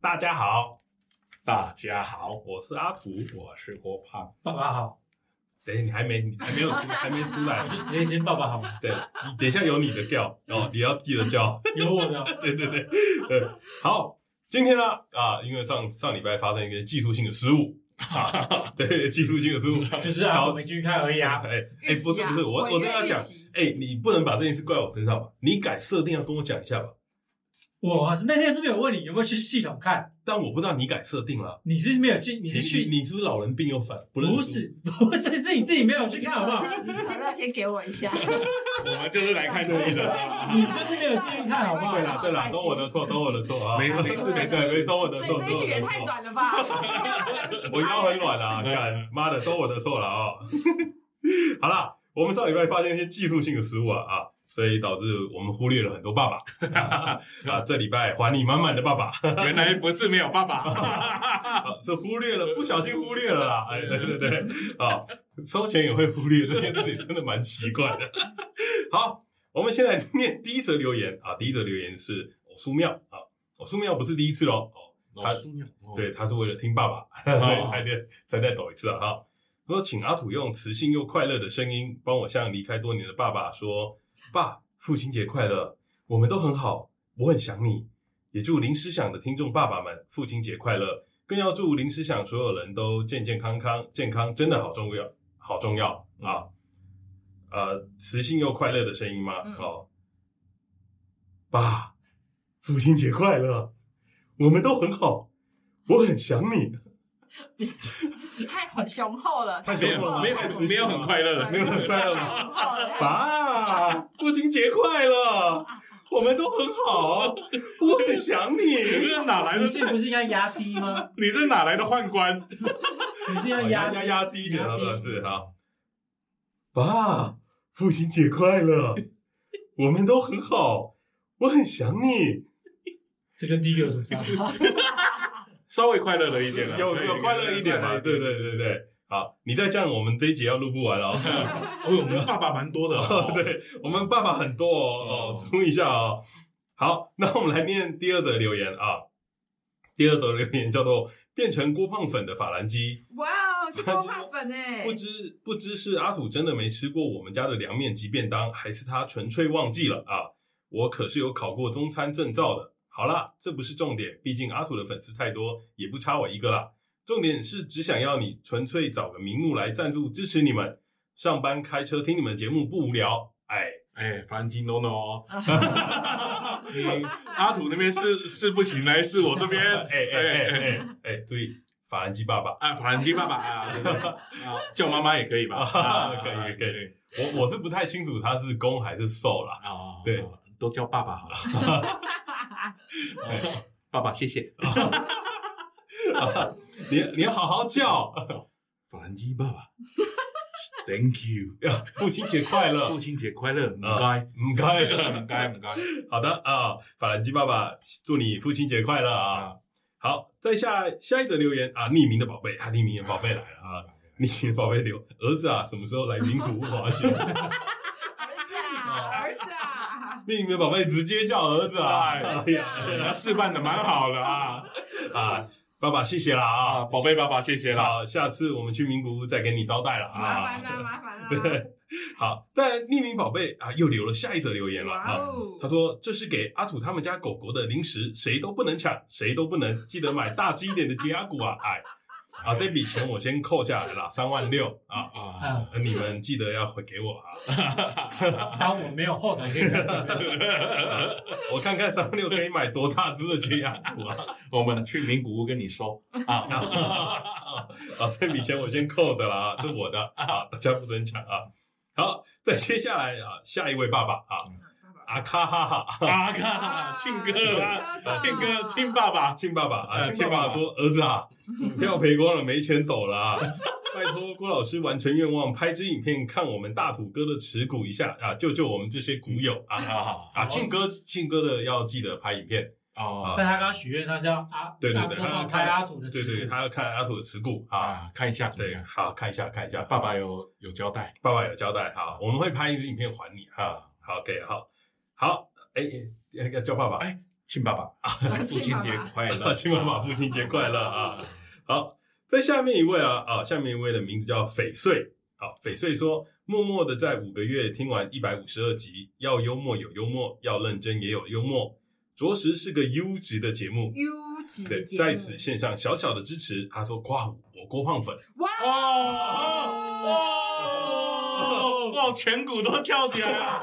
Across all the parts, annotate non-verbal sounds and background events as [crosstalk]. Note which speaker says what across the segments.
Speaker 1: 大家好，大家好，我是阿图，我是郭胖。
Speaker 2: 爸爸好，
Speaker 1: 等一下你还没你还没有出还没出来
Speaker 2: 我，就直接先爸爸好了，
Speaker 1: 对，你等一下有你的调哦，你要记得叫。 [laughs]
Speaker 2: 有我的，
Speaker 1: 对对对对，好，今天呢啊，因为上上礼拜发生一个技术性的失误， [laughs] 哈哈哈对，技术性的失误，
Speaker 2: 就是啊，
Speaker 1: 好
Speaker 2: 我们继续看而已
Speaker 1: 呀，
Speaker 2: 啊。
Speaker 1: 哎哎，
Speaker 3: 预习
Speaker 1: 不是
Speaker 3: 啊
Speaker 1: 不是，我我
Speaker 3: 我
Speaker 1: 正要
Speaker 3: 预
Speaker 1: 讲
Speaker 3: 习，
Speaker 1: 哎，你不能把这件事怪我身上吧？你改设定要跟我讲一下吧，
Speaker 2: 我那天是不是有问你有没有去系统看？
Speaker 1: 但我不知道你改设定了，
Speaker 2: 你是没有去，你
Speaker 1: 你
Speaker 2: 是去，
Speaker 1: 你你是不是老人病又反不认输
Speaker 2: 不，是不是是你自己没有去看好不好？
Speaker 3: [laughs] 你可乐先给我
Speaker 1: [laughs]
Speaker 3: 一下，
Speaker 4: 我们就是来看戏的。
Speaker 2: [laughs] 你就是没有去看好不好
Speaker 1: 对？啦对啦，都我的错，都我的错啊！
Speaker 4: 没没事没事
Speaker 1: 对，没都我的
Speaker 3: 这
Speaker 1: 错。啊
Speaker 3: 这一句也太短了吧！ [laughs]
Speaker 1: 都我的错，我腰很软啦，干妈的，都我的错了啊！ [laughs] 好啦，我们上礼拜发现一些技术性的失误啊啊，所以导致我们忽略了很多爸 [laughs] 爸啊。这礼拜还你满满的爸爸，
Speaker 4: [laughs] 原来不是没有
Speaker 1: [laughs]
Speaker 4: 爸爸，
Speaker 1: 啊是忽略了，不小心忽略了啦。哎，对对对，啊，收钱也会忽略这件事情，真的蛮奇怪的。好，我们先来念第一则留言啊，第一则留言是偶书妙啊，偶书妙不是第一次喽，哦，
Speaker 4: 老叔娘，哦
Speaker 1: 对，他是为了听爸 [laughs] 爸，所以才练才再抖一次啊哈。他说，请阿土用磁性又快乐的声音，帮我向离开多年的爸爸说：“爸，父亲节快乐！我们都很好，我很想你。也祝临时想的听众爸爸们父亲节快乐，更要祝临时想所有人都健健康康，健康真的好重要，好重要啊！呃，磁性又快乐的声音吗？
Speaker 3: 嗯
Speaker 1: 哦，爸，父亲节快乐！我们都很好，我很想你。
Speaker 3: 太很雄厚了，
Speaker 1: 太
Speaker 4: 没
Speaker 1: 雄厚
Speaker 4: 有
Speaker 1: 了
Speaker 4: 没有没有很快乐的，
Speaker 1: 没有很快乐吗
Speaker 3: 雄厚了，
Speaker 1: 爸，父亲节快乐！我们都很好，我很想
Speaker 4: 你
Speaker 1: 你。
Speaker 4: 这哪来
Speaker 1: [laughs]
Speaker 4: 的
Speaker 2: 磁？性不是应该压低吗？
Speaker 4: 你这哪来的宦官？
Speaker 2: 磁性要
Speaker 1: 压压
Speaker 2: 压
Speaker 1: 压低一点，
Speaker 2: 压
Speaker 1: 好
Speaker 2: 低
Speaker 1: 的是哈。爸，父亲节快 [laughs] 乐！我们都很好，我很想你。
Speaker 2: 这跟第一个有什么差别？
Speaker 4: 稍微快乐了一点啊了，
Speaker 1: 有有快乐啊一点啊嘛？对对对对，好，你再这样，我们这一节要录不完了哦。
Speaker 4: 哦，我们爸爸蛮多的
Speaker 1: 哦，
Speaker 4: 哦，
Speaker 1: [laughs] 对我们爸爸很多哦，哦
Speaker 4: 哦，
Speaker 1: 注意一下哦。好，那我们来念第二则留言啊。第二则留言叫做“变成郭胖粉的法兰基
Speaker 3: 哇，是郭胖粉”，哎
Speaker 1: 不，知不知是阿土真的没吃过我们家的凉面及便当，还是他纯粹忘记了啊？我可是有考过中餐证照的。好啦，这不是重点，毕竟阿土的粉丝太多，也不差我一个啦。重点是只想要你纯粹找个名目来赞助支持你们，上班开车听你们节目不无聊，哎。
Speaker 4: 哎，反正
Speaker 1: [laughs]
Speaker 4: no no，你阿土那边是是不行来，是我
Speaker 1: [laughs]
Speaker 4: 这边，
Speaker 1: 哎哎哎哎哎哎，注意，法兰基爸爸，
Speaker 4: 啊，法兰基爸
Speaker 1: [laughs]
Speaker 4: 爸啊，对对对啊叫妈妈也可以吧？啊
Speaker 1: 可以可以我我是不太清楚他是攻还是受啦。
Speaker 4: 啊，
Speaker 1: 对，
Speaker 4: 都叫爸爸好
Speaker 1: [laughs]
Speaker 4: 了，哎爸爸谢谢，
Speaker 1: [laughs] 你你要好好叫，
Speaker 4: 法兰基爸爸，Thank you，
Speaker 1: 父亲节快乐
Speaker 4: 父，亲节快乐，唔该，
Speaker 1: 唔该
Speaker 4: 唔该，唔该，
Speaker 1: 好的啊，法兰基爸爸，祝你父亲节快乐啊！好，再下下一则留言啊，匿名的宝贝，啊，匿名的宝贝来了啊，匿名的宝贝留儿子啊，什么时候来名古屋滑雪？
Speaker 3: [laughs] 儿子啊，儿子啊，
Speaker 1: 匿名的宝贝直接叫儿子啊，哎呀
Speaker 4: 啊，示范的蛮好的啊，
Speaker 1: 啊，爸爸谢谢啦
Speaker 4: 啊，
Speaker 1: 啊，
Speaker 4: 宝贝爸爸，谢谢啦，
Speaker 1: 好，下次我们去名古屋再给你招待了啊，
Speaker 3: 麻烦啦，麻烦啦，
Speaker 1: [laughs] 对，好，但匿名宝贝啊，又留了下一则留言了
Speaker 3: 哇
Speaker 1: 啊。
Speaker 3: 哦
Speaker 1: 他，说：“这是给阿土他们家狗狗的零食，谁都不能抢，谁都不能。记得买大只一点的杰阿骨啊！ [laughs] 哎，啊，这笔钱我先扣下来了，三万六啊！
Speaker 4: 啊
Speaker 2: 啊，
Speaker 1: 你们记得要回给我啊！
Speaker 2: 当我没有后台可以看，是不是
Speaker 1: 我看看三万六可以买多大只的杰阿骨啊！
Speaker 4: 我们去名古屋跟你收啊，
Speaker 1: 啊， [laughs] 这笔钱我先扣着了啊，这我的啊，大家不准抢啊！好，再接下来啊，下一位爸爸啊，阿卡哈哈。” [laughs]
Speaker 4: 阿卡庆哥啊，庆哥庆爸爸，
Speaker 1: 庆爸爸啊，
Speaker 4: 哎
Speaker 1: 庆爸爸说：“儿子 [laughs] 啊，票赔光了，没钱抖了啊！ [laughs] 拜托郭老师完成愿望，拍支影片看我们大土哥的持股一下啊，救救我们这些股友啊！
Speaker 4: 啊
Speaker 1: 啊，庆哥，庆哥的要记得拍影片，
Speaker 4: 哦
Speaker 2: 但他刚刚许愿，他是要阿
Speaker 1: 对对对
Speaker 2: 阿公
Speaker 1: 他
Speaker 2: 帮拍阿土的
Speaker 1: 对对，
Speaker 2: 持股，
Speaker 1: 他要看阿土的持股啊。
Speaker 4: 啊，看一下怎么
Speaker 1: 对，
Speaker 4: 样？
Speaker 1: 好看一下看一下，
Speaker 4: 爸爸有有交代，
Speaker 1: 爸爸有交代，好，我们会拍一支影片还你哈。好，OK，好，好，哎，要要叫爸爸，
Speaker 4: 哎，亲爸爸，父亲节快乐，
Speaker 1: 啊，亲妈妈，父亲节快乐啊！好，在下面一位啊啊，下面一位的名字叫翡翠。好，翡翠说，默默的在五个月听完一百五十二集，要幽默有幽默，要认真也有幽默，着实是个优质的节目。
Speaker 3: 优质
Speaker 1: 对，
Speaker 3: 的节目，
Speaker 1: 在此献上小小的支持。他说：“夸我，我郭胖粉。
Speaker 3: 哇
Speaker 4: 哦，哇，颧骨都翘起来了，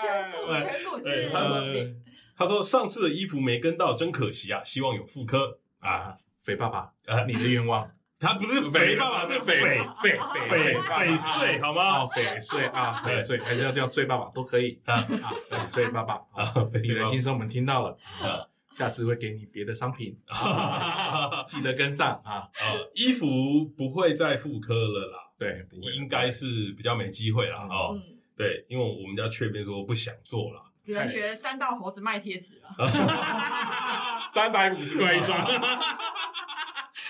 Speaker 3: 全
Speaker 4: 哎
Speaker 3: 口全口是
Speaker 1: 哎他们他说：“上次的衣服没跟到，真可惜啊！希望有复刻啊。
Speaker 4: 啊，肥爸爸
Speaker 1: 啊，
Speaker 4: 你的愿望，”
Speaker 1: 他不是肥爸爸，是
Speaker 4: [laughs] 肥
Speaker 1: 肥
Speaker 4: 肥
Speaker 1: 肥
Speaker 4: 翡
Speaker 1: 翡翠，好吗
Speaker 4: 啊，？翡翠 [laughs] 啊，翡翠，还是要叫醉爸爸都可以
Speaker 1: 啊
Speaker 4: 啊，翡翠爸爸
Speaker 1: 啊
Speaker 4: [laughs] 啊，，
Speaker 1: 翡
Speaker 4: 你
Speaker 1: 翠
Speaker 4: 的
Speaker 1: [laughs]
Speaker 4: 心声我们听到了
Speaker 1: 啊
Speaker 4: 啊，下次会给你别的商品，
Speaker 1: 爸爸。
Speaker 4: 记得跟上啊，
Speaker 1: 呃，衣服不会再复刻了啦，
Speaker 4: 对，不会了
Speaker 1: 应该是比较没机会啦。哦。
Speaker 3: 嗯，
Speaker 1: 对，因为我们家雀边说不想做
Speaker 4: [laughs]
Speaker 1: 了，
Speaker 3: 只能学三道猴子卖贴纸了。
Speaker 4: [laughs] 三百五十块一 [laughs] 张，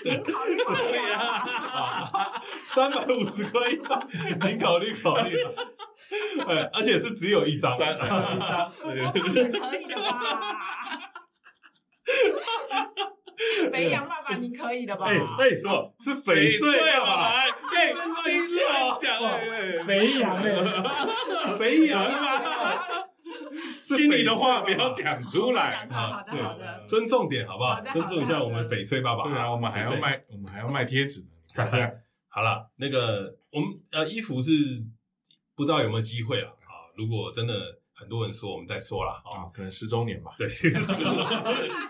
Speaker 3: 您考虑考虑啊，
Speaker 1: [laughs]
Speaker 4: [laughs]
Speaker 1: 三百五十块一张，您考虑考虑
Speaker 4: [laughs]
Speaker 1: 啊。哎，而且是只有一张，
Speaker 4: 三三张，
Speaker 3: 我考虑可以的吧？肥羊爸爸，你可以的吧？
Speaker 1: 哎哎，什么是翡翠啊？
Speaker 4: 哎，哎，第一次讲了，
Speaker 2: 肥羊哎，
Speaker 1: [laughs] 肥
Speaker 4: 羊
Speaker 1: 羊
Speaker 4: 啊
Speaker 1: 是翡翠
Speaker 4: 心里的话不要讲出来
Speaker 3: 好。 [laughs] 的好的好的，
Speaker 1: 尊重点好不好
Speaker 3: 好？的
Speaker 1: 尊重一下
Speaker 3: 好的
Speaker 1: 我们翡翠爸爸。
Speaker 4: 对啊，我们还要
Speaker 1: 翡翠。
Speaker 4: 卖，我们还要卖贴纸呢。你看这 [laughs] 样，
Speaker 1: [laughs] 好了，那个我们呃衣服是不知道有没有机会了啊？如果真的很多人说，我们再说啦。啊。
Speaker 4: 啊，可能十周年吧。
Speaker 1: 对，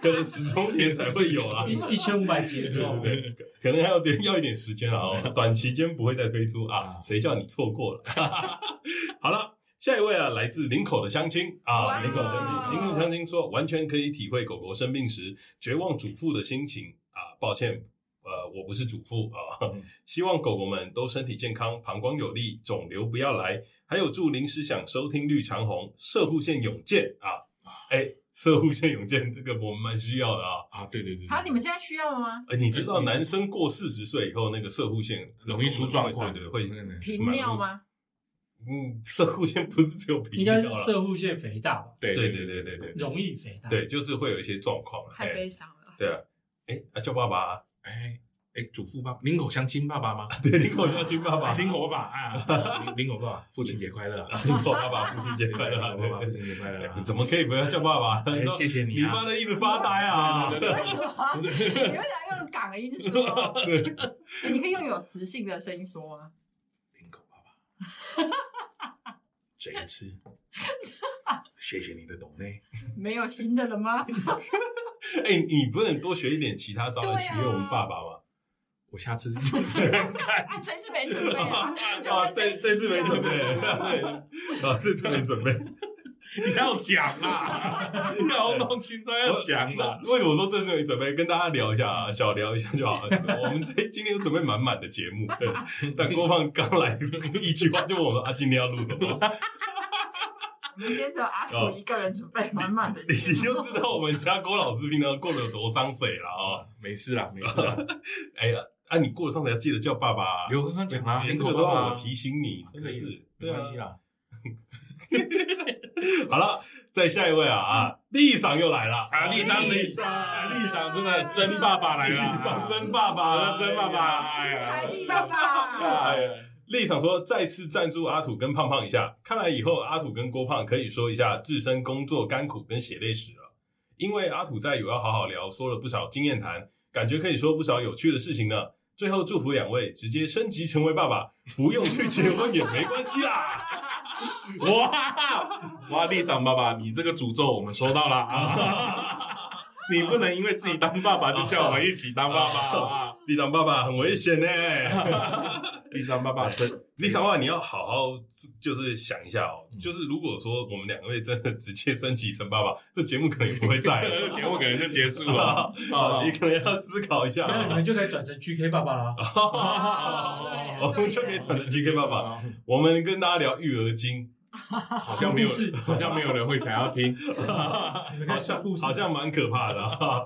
Speaker 1: 可能十周年才会有啊。
Speaker 2: 一一千五百集的时候，
Speaker 1: 对，可能还要点要一点时间啊，哦，短期间不会再推出啊，谁叫你错过了？ [laughs] 好了，下一位啊，来自林口的乡亲啊，
Speaker 3: 哇
Speaker 1: 林口的乡亲，林口的乡亲说，完全可以体会狗狗生病时绝望主妇的心情啊，抱歉。呃，我不是主妇啊，
Speaker 4: 嗯
Speaker 1: [laughs] 希望狗狗们都身体健康，膀胱有力，肿瘤不要来。还有祝临时想收听绿长虹射户线永健啊，哎，射户线永健这个我们蛮需要的啊。
Speaker 4: 啊，对对对。
Speaker 3: 好，你们现在需要吗？
Speaker 1: 呃，你知道男生过四十岁以后，那个射护腺
Speaker 4: 嗯容易出状况，
Speaker 1: 对对会，
Speaker 4: 那个呢
Speaker 3: 频尿吗？
Speaker 1: 嗯，射护腺不是只有皮
Speaker 2: 应
Speaker 1: 尿
Speaker 2: 该
Speaker 1: 啦
Speaker 2: 是射护腺肥大吧，
Speaker 4: 对
Speaker 1: 对对对对对
Speaker 2: 容易肥大。，
Speaker 1: 对，就是会有一些状况啊，
Speaker 3: 太
Speaker 1: 哎
Speaker 3: 悲伤了。
Speaker 1: 对啊，哎，啊叫爸爸啊， [laughs]
Speaker 4: 哎哎，祖父爸，林口相亲爸爸吗？
Speaker 1: 对，林口要亲爸爸，
Speaker 4: 哎林口爸爸啊，林林口爸爸，父亲节快乐啊！
Speaker 1: [laughs] 林口爸爸父亲节快乐啊，
Speaker 4: [laughs] 林口爸爸，
Speaker 1: 对
Speaker 4: 父
Speaker 1: 对
Speaker 4: 亲节快乐
Speaker 1: 对
Speaker 4: 啊
Speaker 1: 哎！怎么可以不要叫爸爸？
Speaker 4: 哎谢谢你
Speaker 1: [laughs] 你
Speaker 4: 啊嗯
Speaker 1: 妈！的一直发呆
Speaker 4: [laughs]
Speaker 1: 啊， [laughs]
Speaker 3: 为什么？你为啥用港音
Speaker 4: 啊
Speaker 3: 说？
Speaker 1: 对，
Speaker 3: 你可以用有磁性的声音说啊。
Speaker 4: 林口爸爸，这一
Speaker 3: [laughs]
Speaker 4: 次，谢谢你的懂内。
Speaker 3: 没有新的了吗？
Speaker 1: 哎，你不能多学一点其他招来
Speaker 3: 对
Speaker 1: 取
Speaker 3: 啊
Speaker 1: 悦我们爸爸吗？
Speaker 4: 我
Speaker 3: [laughs]
Speaker 4: 下次 [laughs] 就是看看。
Speaker 3: 啊，真是没准备
Speaker 1: [laughs]
Speaker 3: 啊！
Speaker 1: 啊，这这次没准备，对
Speaker 3: 对，
Speaker 1: 啊，这次没准备。
Speaker 4: 你要讲啦，你要弄清楚要讲啦。
Speaker 1: [laughs] 为什么说这次有准备跟大家聊一下
Speaker 4: [laughs]
Speaker 1: 啊？小聊一下就好了。我们这今天有准备满满的节目，
Speaker 4: [laughs]
Speaker 1: 对。但郭胖刚来一句话就问我说：“啊，今天要录什么 [laughs]
Speaker 3: 我们今天只有阿土一个人准备满满的？”
Speaker 1: 你就知道我们家郭老师平常过得有多伤水了啊、哦！
Speaker 4: 啊，没事啦，没事啦。
Speaker 1: 哎呀，啊，你过得伤水要记得叫爸爸、啊。
Speaker 4: 有刚刚讲啦，
Speaker 1: 连
Speaker 4: 林
Speaker 1: 这个
Speaker 4: 口
Speaker 1: 都
Speaker 4: 爸
Speaker 1: 让
Speaker 4: 爸
Speaker 1: 我提醒你，真的
Speaker 4: 可
Speaker 1: 是
Speaker 4: 以，没关系。啦。
Speaker 1: 对啊好了，再下一位啊啊，哦丽赏又来了
Speaker 4: 啊，丽
Speaker 3: 桑
Speaker 4: 桑，
Speaker 3: 丽
Speaker 4: 丽
Speaker 3: 桑
Speaker 4: 桑，丽桑真的真爸爸来
Speaker 1: 丽
Speaker 4: 了，啊
Speaker 1: 赏真爸爸，
Speaker 4: 真爸爸，哎呀
Speaker 3: 财力爸爸，
Speaker 1: 哎呀立场说再次赞助阿土跟胖胖一下，看来以后阿土跟郭胖可以说一下自身工作甘苦跟血泪史了，因为阿土在有要好好聊说了不少经验谈，感觉可以说不少有趣的事情呢。最后祝福两位直接升级成为爸爸，不用去结婚也没关系啦。
Speaker 4: 哇哇，丽桑爸爸，你这个诅咒我们收到了啊！
Speaker 1: [laughs]
Speaker 4: 你不能因为自己当爸爸就叫我们一起当爸爸啊！
Speaker 1: 立场爸爸很危险呢、
Speaker 4: 丽桑
Speaker 1: 啊
Speaker 4: 爸爸真
Speaker 1: 立场爸爸你要好好就是想一下哦
Speaker 4: 嗯，
Speaker 1: 就是如果说我们两位真的直接升级成爸爸，这节目可能也不会在了。
Speaker 4: 呃节 [laughs] 目可能就结束
Speaker 1: 啊
Speaker 4: 了啊！
Speaker 1: 你可能要思考一
Speaker 2: [laughs]
Speaker 1: 下
Speaker 2: 那你
Speaker 1: 啊
Speaker 2: 们。就可以转成 GK 爸爸
Speaker 1: [laughs]
Speaker 2: 了。
Speaker 3: 啊
Speaker 1: 我们就可以转成 GK 爸爸。
Speaker 4: 爸
Speaker 1: 我们跟大家聊育儿经，
Speaker 4: 好像没有
Speaker 2: 故事，
Speaker 4: 好像没有人会想要听。
Speaker 2: 你们可
Speaker 1: 好
Speaker 2: 以说
Speaker 1: 像
Speaker 2: 故事，
Speaker 1: 好像蛮可怕的啊。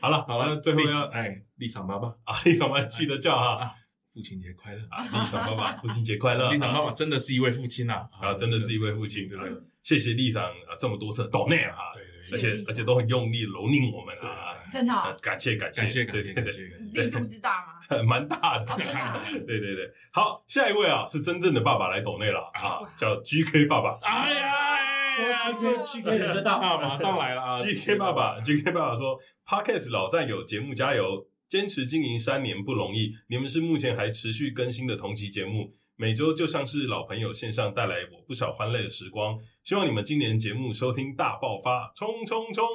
Speaker 1: 好了
Speaker 4: 好
Speaker 1: 好
Speaker 4: 了，
Speaker 1: 了，最后 [laughs] 要
Speaker 4: 哎，丽桑爸爸，
Speaker 1: 啊，立场爸爸记得叫哈
Speaker 4: 父亲节快乐！
Speaker 1: 啊，立场爸爸父亲节快乐啊
Speaker 4: 丽桑爸爸真的是一位父亲呐，
Speaker 1: 啊，真的是一位父亲，对不对
Speaker 3: 嗯？
Speaker 1: 谢谢丽长啊这么多次抖内啊，
Speaker 4: 对对
Speaker 1: 而
Speaker 4: 对，
Speaker 3: 谢谢
Speaker 1: 且
Speaker 3: 丽长
Speaker 1: 而且都很用力蹂躏我们啊，
Speaker 3: 真的
Speaker 1: 啊
Speaker 3: 哦，
Speaker 1: 感谢感谢
Speaker 4: 感谢感谢
Speaker 1: 对
Speaker 4: 感
Speaker 1: 对
Speaker 4: 谢感谢。
Speaker 3: 力度之大吗？
Speaker 1: 对，蛮大的
Speaker 3: 哦，，真的啊
Speaker 1: [laughs] 对对对，好，下一位啊是真正的爸爸来抖内了啊
Speaker 3: 哇，
Speaker 1: 叫 GK 爸爸
Speaker 4: 哎呀，
Speaker 2: 说 G K G K 人就到，
Speaker 4: [laughs] 啊，马上来了啊
Speaker 1: ，GK 爸
Speaker 2: 嗯
Speaker 1: 爸，GK 爸爸说，Podcast 老战友节目加油，坚持经营三年不容易，你们是目前还持续更新的同期节目，每周就像是老朋友线上带来我不少欢乐的时光，希望你们今年节目收听大爆发，冲冲冲，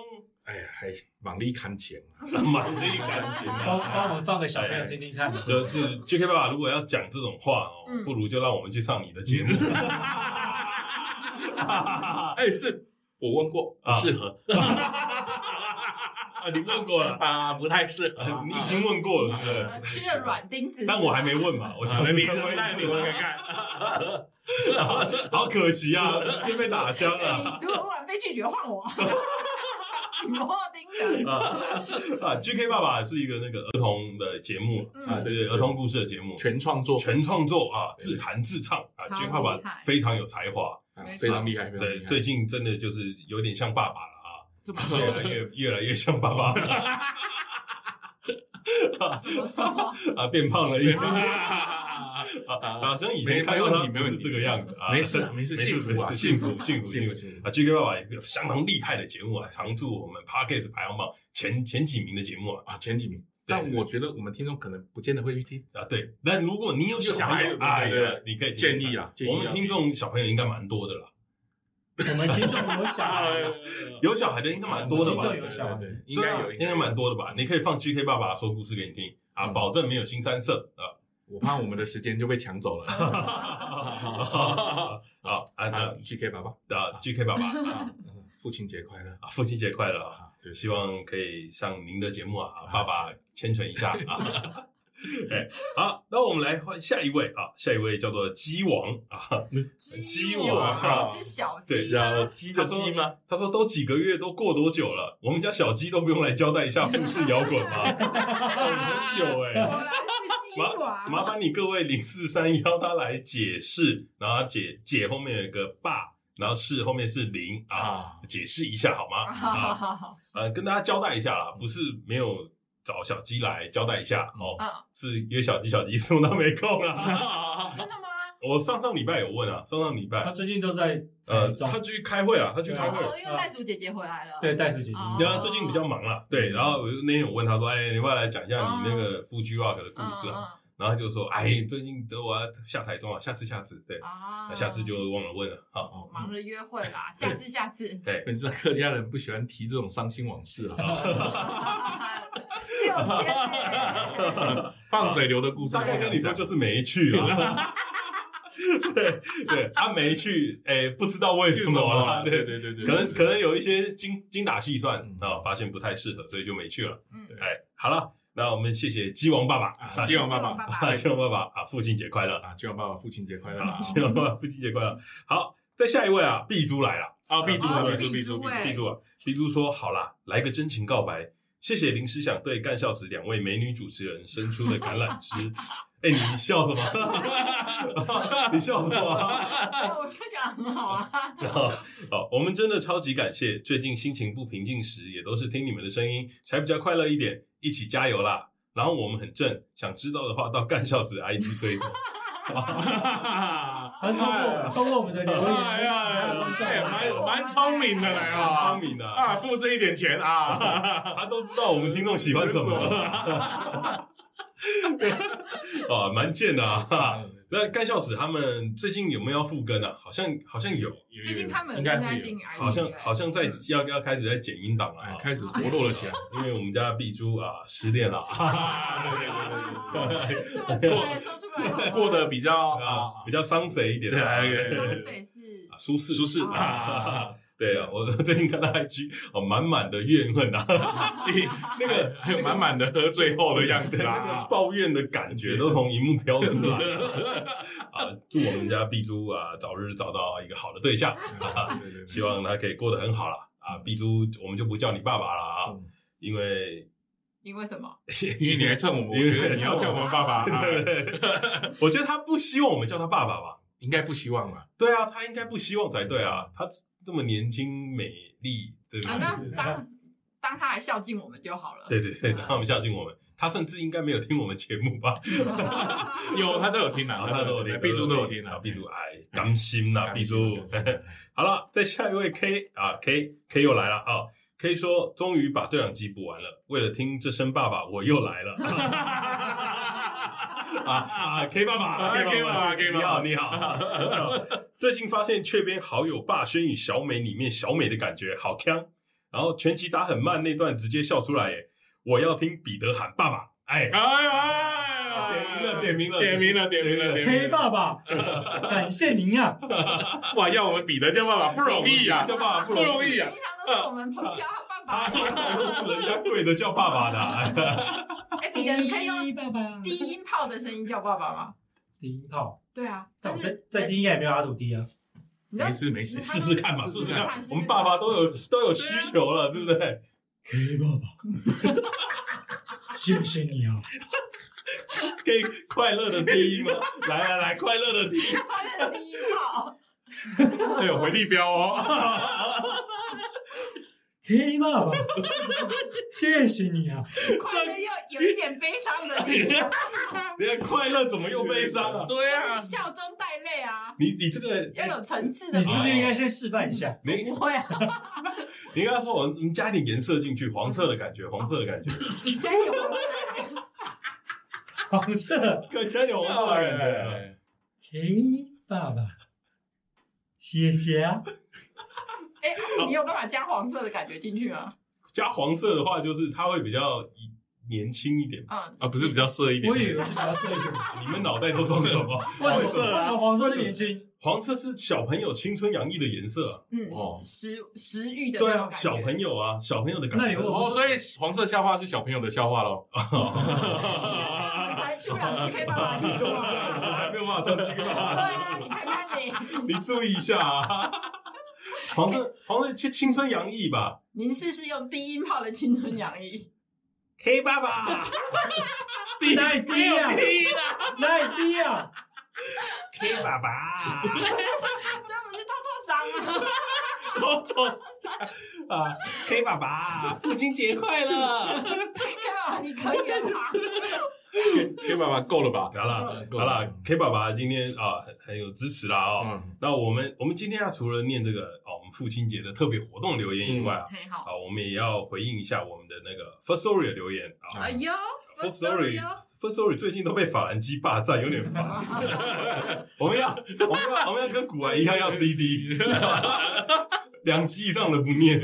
Speaker 4: 哎呀，还往里看钱啊，
Speaker 1: 满力感情
Speaker 2: 帮帮我
Speaker 1: 啊
Speaker 2: 们！放给小朋友听听看。
Speaker 1: [laughs] 就是 GK 爸爸，如果要讲这种话哦，
Speaker 3: 嗯
Speaker 1: 不如就让我们去上你的节目。 [laughs] 啊，
Speaker 4: 哎，是我问过，不
Speaker 1: 啊
Speaker 4: 适合
Speaker 1: 你问过了，
Speaker 4: 啊，不太适合
Speaker 1: 啊
Speaker 4: 啊。
Speaker 1: 你已经问过了，对不对？
Speaker 3: 呃吃了软钉子，
Speaker 1: 但我还没问
Speaker 4: [laughs]
Speaker 1: 嘛，我想
Speaker 4: 啊你
Speaker 1: 问
Speaker 4: 问看，你 [laughs] 啊问看看。
Speaker 1: 好可惜
Speaker 4: [laughs]
Speaker 1: 啊，又被打枪啊了。
Speaker 3: 哎。如果忽然被拒绝，换我。紧握钉子，
Speaker 4: 哎
Speaker 1: 啊啊！GK 爸爸是一个那个儿童的节目啊，
Speaker 3: 嗯
Speaker 1: 对对，儿童故事的节目，
Speaker 4: 全创作，
Speaker 1: 全创作啊，
Speaker 4: 对
Speaker 1: 自弹自唱啊
Speaker 3: 超
Speaker 1: ，GK 爸
Speaker 3: 厉
Speaker 1: 爸
Speaker 3: 害
Speaker 1: 非常有才华，
Speaker 4: 啊非常厉害，非常
Speaker 1: 对
Speaker 4: 厉，害。
Speaker 1: 最近真的就是有点像爸爸了啊，
Speaker 3: 怎
Speaker 4: [laughs]
Speaker 3: 么
Speaker 1: 越来越越来越像爸爸了
Speaker 3: 怎么说？
Speaker 1: 啊，变胖
Speaker 4: [laughs]
Speaker 1: 了一点
Speaker 4: 啊
Speaker 1: 啊，好像以前看到他不是这个样子啊，
Speaker 4: 没事
Speaker 1: [laughs]
Speaker 4: 没事，幸福啊，
Speaker 1: 幸福幸福幸
Speaker 4: 幸
Speaker 1: 福
Speaker 4: 福幸福
Speaker 1: 啊！GK 爸爸有一个相当厉害的节目啊，常驻我们 Parkes 排行榜前前几名的节目啊
Speaker 4: 啊，前几名。
Speaker 1: 对
Speaker 4: 但我觉得我们听众可能不见得会去听，
Speaker 1: 啊！对，但如果你有小朋友
Speaker 4: 小孩
Speaker 1: 哎
Speaker 4: 对对
Speaker 1: 呀
Speaker 4: 对，
Speaker 1: 你可以
Speaker 4: 建
Speaker 1: 听
Speaker 4: 议
Speaker 1: 听看。
Speaker 4: 啦，建议
Speaker 1: 我
Speaker 4: 啦
Speaker 1: 们听众小朋友应该蛮多的啦，
Speaker 2: 我们听众有小
Speaker 4: 啊
Speaker 2: 孩，
Speaker 1: 有小孩的应该蛮多的吧
Speaker 2: 我？们听众有小孩
Speaker 4: 对对对应
Speaker 1: 对
Speaker 4: 该
Speaker 1: 啊
Speaker 4: 有，
Speaker 1: 应该蛮多的吧？你可以放 GK 爸爸说故事给你听啊，
Speaker 4: 嗯
Speaker 1: 保证没有新三色
Speaker 4: [laughs]
Speaker 1: 啊！ [laughs]
Speaker 4: 我怕我们的时间就被抢走 [laughs] 了。
Speaker 1: 啊啊
Speaker 4: 啊
Speaker 1: 啊
Speaker 4: ，GK 爸爸，
Speaker 1: 啊！GK 爸爸
Speaker 4: [laughs] 啊嗯父亲节快乐
Speaker 1: 啊，父亲节快乐啊！
Speaker 4: 啊！对，
Speaker 1: 希望可以上您的节目啊，
Speaker 4: 啊
Speaker 1: 爸爸牵扯一下啊。 [laughs] 哎，好，那我们来换下一位啊，下一位叫做鸡王啊，鸡
Speaker 4: 王
Speaker 3: 是小
Speaker 1: 对
Speaker 3: 鸡吗？
Speaker 4: 鸡
Speaker 1: 的鸡吗？他说都几个月，都过多久了？我们家小鸡都不用来交代一下富士摇滚 [laughs] 吗？很久哎、
Speaker 3: 果然是鸡
Speaker 1: 麻
Speaker 3: 王。
Speaker 1: 麻烦你各位零四三幺他来解释，然后他解解后面有一个爸，然后是后面是零啊，
Speaker 4: 啊，
Speaker 1: 解释一下好吗？
Speaker 3: 好好
Speaker 1: 啊，
Speaker 3: 好好，
Speaker 1: 呃，跟大家交代一下啦，不是没有找小鸡来交代一下哦，
Speaker 3: 嗯
Speaker 1: 是约小鸡，小鸡送到没空 [laughs] 啦。
Speaker 3: 真的吗？
Speaker 1: 我上上礼拜有问啊，上上礼
Speaker 2: 他
Speaker 1: 拜，
Speaker 2: 最近都在
Speaker 1: 呃，
Speaker 2: 台中
Speaker 1: 他去开会啊，他去开会，
Speaker 3: 哦，因为袋鼠姐姐回来了。
Speaker 2: 对袋鼠姐姐，
Speaker 3: 哦
Speaker 1: 然后最近比较忙啦，对，然后我就那天我问他说，哎，你要不要来讲一下你那个富居 rock 的故
Speaker 3: 嗯，
Speaker 1: 事啊？
Speaker 3: 嗯
Speaker 1: 然后他就说，哎，最近等我要下台中啊，下次下次，对
Speaker 3: 嗯，啊，
Speaker 1: 那下次就忘了问了，好，
Speaker 4: 哦
Speaker 3: 忙着约会啦，下次下次。
Speaker 1: 对，
Speaker 4: 本身客家人不喜欢提这种伤心往事了。
Speaker 3: [laughs] 六
Speaker 1: [laughs]
Speaker 3: 千欸，
Speaker 4: 放水流的故事，
Speaker 1: 大概跟你说就是没去啦。 [laughs] 对对，他没去，哎，不知道为
Speaker 4: 为
Speaker 1: 什
Speaker 4: 什
Speaker 1: 么啊
Speaker 4: 么
Speaker 1: 啦，
Speaker 4: 啦？
Speaker 1: 对
Speaker 4: 对对对对，
Speaker 1: 可能可能有一些精精打细算
Speaker 4: 嗯
Speaker 1: 啊，发现不太适合，所以就没去了。
Speaker 3: 嗯，
Speaker 1: 哎，好了，那我们谢谢鸡王爸爸，
Speaker 3: 哎
Speaker 4: 啊鸡王
Speaker 1: [laughs]
Speaker 4: 爸爸
Speaker 3: 爸哦
Speaker 1: 啊，鸡王爸爸啊，父亲节快乐
Speaker 4: 啊，希望爸爸父亲节快乐
Speaker 1: 啊，
Speaker 4: 啊！
Speaker 1: 鸡王爸爸父亲节快乐。好，再下一位啊，碧珠来了，
Speaker 4: 啊，必猪
Speaker 1: 哦
Speaker 4: 必
Speaker 1: 是
Speaker 4: 猪
Speaker 3: 碧
Speaker 4: 必猪
Speaker 3: 珠哎
Speaker 1: 碧珠啊，碧珠说好啦，来个真情告白，谢谢临时想对干校时两位美女主持人伸出的橄榄枝。哎，你笑什么？ [laughs] 你笑什么？
Speaker 3: 哦我就讲很好
Speaker 1: [laughs]
Speaker 3: 啊，
Speaker 4: [laughs]
Speaker 1: 然后，好，我们真的超级感谢，最近心情不平静时，也都是听你们的声音，才比较快乐一点，一起加油啦！然后我们很正，想知道的话到干笑时 IG 追踪。
Speaker 2: 他通过通过我们的留言，
Speaker 4: 哎呀，蛮蛮聪明的来
Speaker 1: 很
Speaker 4: 啊
Speaker 1: 聪！明的啊，
Speaker 4: 啊，付这一点钱啊！
Speaker 1: 他都知道我们听众喜欢什么啊，蛮贱的啊。那干笑时他们最近有没有要复更啊？好像好像有，
Speaker 3: 最近他们有
Speaker 4: 应该
Speaker 3: 正
Speaker 4: 会
Speaker 3: 在
Speaker 4: 有
Speaker 3: 经营 IG，
Speaker 1: 好像
Speaker 3: 欸
Speaker 1: 好像在
Speaker 3: 嗯
Speaker 1: 要要开始在剪音档了
Speaker 4: 哎
Speaker 1: 啊，，
Speaker 4: 开始活络了起来。
Speaker 1: 因为我们家碧珠啊失恋
Speaker 4: [laughs]
Speaker 1: 了。
Speaker 4: 啊，对对对对
Speaker 3: [laughs] 这么直白说出来，
Speaker 4: 对， [laughs] 过得比较
Speaker 1: 啊
Speaker 4: 啊，
Speaker 1: 比较伤谁一点的，
Speaker 4: 对对
Speaker 3: 风水是
Speaker 1: 啊舒适舒适
Speaker 3: 啊
Speaker 4: [laughs]
Speaker 1: 啊。 [laughs] 对啊，我最近看到 IG 哦，满满的怨恨啊， [laughs]
Speaker 4: 那个还有满满的喝醉后的样子
Speaker 1: 那
Speaker 4: 啊
Speaker 1: 个。抱怨的感觉都从荧幕飘出 [laughs] 来啊！祝我们家碧珠啊，早日找到一个好的对象， [laughs]
Speaker 4: 对对
Speaker 1: 希望她可以过得很好啦。啊！碧珠，我们就不叫你爸爸了啊，因为
Speaker 3: 因为什么？
Speaker 4: [laughs] 因为
Speaker 1: [laughs]
Speaker 4: 你还蹭我们，我觉得你要叫我们爸爸啊。
Speaker 1: 我觉得他不希望我们叫他爸爸吧，
Speaker 4: 应该不希望吧？
Speaker 1: 对啊，他应该不希望才对啊，他这么年轻美丽，对不
Speaker 3: 啊，
Speaker 1: 对？
Speaker 3: 那当当他来孝敬我们就好
Speaker 4: 啊
Speaker 3: 了。 [laughs]
Speaker 1: 对对对，让他们孝敬我们。他甚至应该没有听我们节目
Speaker 4: [laughs]
Speaker 1: 吧？
Speaker 4: 有，他都有听啊，
Speaker 1: 然后哎他都有听，
Speaker 4: 碧珠都有听啊，哦
Speaker 1: 碧珠哎，甘心呐，碧珠。 [laughs]
Speaker 4: 嗯
Speaker 1: 好了，再下一位 K 啊，K K 又来了啊。K 说：“终于把这两集补完了，为了听这声爸爸，我又来了。
Speaker 4: [laughs]
Speaker 1: 啊啊，K 爸爸
Speaker 4: 啊，K 爸爸，K
Speaker 1: 你
Speaker 4: 爸爸
Speaker 1: 好，你
Speaker 4: [laughs]
Speaker 1: 好。最近发现雀边好友霸轩与小美里面小美的感觉好强，然后拳击打很慢那段直接笑出来耶。我要听彼得喊爸爸，哎，
Speaker 4: 哎呀，
Speaker 1: 点名了点
Speaker 4: 点名
Speaker 1: 名
Speaker 4: 了，点名了
Speaker 1: 哎
Speaker 4: 点名
Speaker 2: K
Speaker 4: 了
Speaker 1: [laughs]
Speaker 2: 爸爸，感谢您啊！
Speaker 4: 哇，要我们彼得叫爸爸不容易啊呀，
Speaker 1: 叫爸爸
Speaker 4: 不
Speaker 1: 不容
Speaker 4: 容
Speaker 1: 易。”
Speaker 4: 易呀
Speaker 3: [laughs] 平。常都是我们叫他爸
Speaker 1: 啊，
Speaker 3: 爸。
Speaker 1: 人家跪着叫爸爸的、啊，
Speaker 3: [laughs] 哎，彼得，你可以用
Speaker 2: 爸爸
Speaker 3: 低音炮的声音叫爸爸吗？
Speaker 2: 低音炮，
Speaker 3: 对啊，
Speaker 2: 但
Speaker 3: 但
Speaker 2: 我再
Speaker 3: 是
Speaker 2: 再低应该也没有阿土低啊。
Speaker 3: 你知道
Speaker 4: 没事没事
Speaker 3: 你知道
Speaker 1: 试试看嘛，
Speaker 3: 试
Speaker 1: 试
Speaker 3: 试
Speaker 1: 试
Speaker 3: 看
Speaker 1: 看
Speaker 3: 试。试
Speaker 1: 我们爸爸都有都有需求了，对不对？
Speaker 2: K 爸爸， [laughs] 谢谢你啊！
Speaker 1: 可以快乐的第
Speaker 3: [laughs]
Speaker 1: 一吗？来来来，快乐的第一，
Speaker 3: 快乐的低音炮，
Speaker 4: 对，有回力镖 [laughs] 哦。
Speaker 2: K 爸爸，谢谢你啊！
Speaker 3: 快乐又有一点悲伤的低音炮，
Speaker 1: 你看快乐怎么又悲伤了、
Speaker 4: 对
Speaker 3: 就
Speaker 4: 啊
Speaker 3: 是，笑中带泪啊，
Speaker 1: 你你这个，
Speaker 3: 要有层次的
Speaker 2: [laughs] 你
Speaker 3: 吧。
Speaker 2: 是不是应该先示范一下？
Speaker 1: 你
Speaker 3: 不会啊？ [laughs]
Speaker 1: 你刚才说我们加一点颜色进去，黄色的感觉，黄色的
Speaker 3: [laughs]
Speaker 1: 感觉，
Speaker 3: 你加油啊！
Speaker 2: 黄色
Speaker 1: 可以加一点黄色的感觉。
Speaker 2: K 爸爸，谢谢啊！
Speaker 3: 哎，你有办法加黄色的感觉进去吗？
Speaker 1: 加黄色的话，就是它会比较年轻一点。
Speaker 3: 嗯，
Speaker 4: 啊，不是比较色一点
Speaker 2: 我以
Speaker 4: 点
Speaker 2: 为是比较色一点，
Speaker 1: 你们脑袋都装什
Speaker 3: [laughs]
Speaker 1: 么？
Speaker 4: 黄色啊
Speaker 2: 为什么黄色是年轻，
Speaker 1: 黄色是小朋友青春洋溢的颜色啊、
Speaker 3: 嗯
Speaker 4: 哦，
Speaker 3: 食食欲的
Speaker 1: 对
Speaker 3: 那种
Speaker 1: 啊，
Speaker 3: 感觉。
Speaker 1: 小朋友啊，小朋友的感觉。
Speaker 2: 那你问我
Speaker 4: 哦，所以黄色笑话是小朋友的笑话喽。
Speaker 3: 你 [laughs] 才去不了 TK 爸爸直
Speaker 1: 就是这
Speaker 3: 播
Speaker 1: 样， [laughs] 我还
Speaker 3: 啊。
Speaker 1: 没有办法上去干
Speaker 3: 对
Speaker 1: 嘛？
Speaker 3: 啊，你看看你，
Speaker 1: 你注意一下啊！黄色，黄色，青青春洋溢吧。
Speaker 3: 您试试用低音炮的青春洋溢。 [laughs]
Speaker 1: K 爸爸
Speaker 2: 太低啊，太低啊！
Speaker 1: ，K 爸爸
Speaker 3: 这不是偷偷伤吗？
Speaker 1: 啊，K 爸爸，父亲节快乐！
Speaker 3: K 爸爸，你可以了 [laughs] 吧？
Speaker 4: 天爸爸够了吧？
Speaker 1: 好啦，好啦，K 爸爸今天啊很很有支持啦哦。
Speaker 4: 嗯，
Speaker 1: 那我们我们今天啊，除了念这个哦，我们父亲节的特别活动留言以外啊，
Speaker 3: 很好。
Speaker 1: 啊，我们也要回应一下我们的那个 First Story 的留言啊。
Speaker 3: 哎呦
Speaker 1: Full
Speaker 3: ，First Story
Speaker 1: Story
Speaker 3: 哦，
Speaker 1: First Story 最近都被法兰基霸占，有点烦。我们要，我们要，我们要跟古玩一样要 CD，两集以上的不念。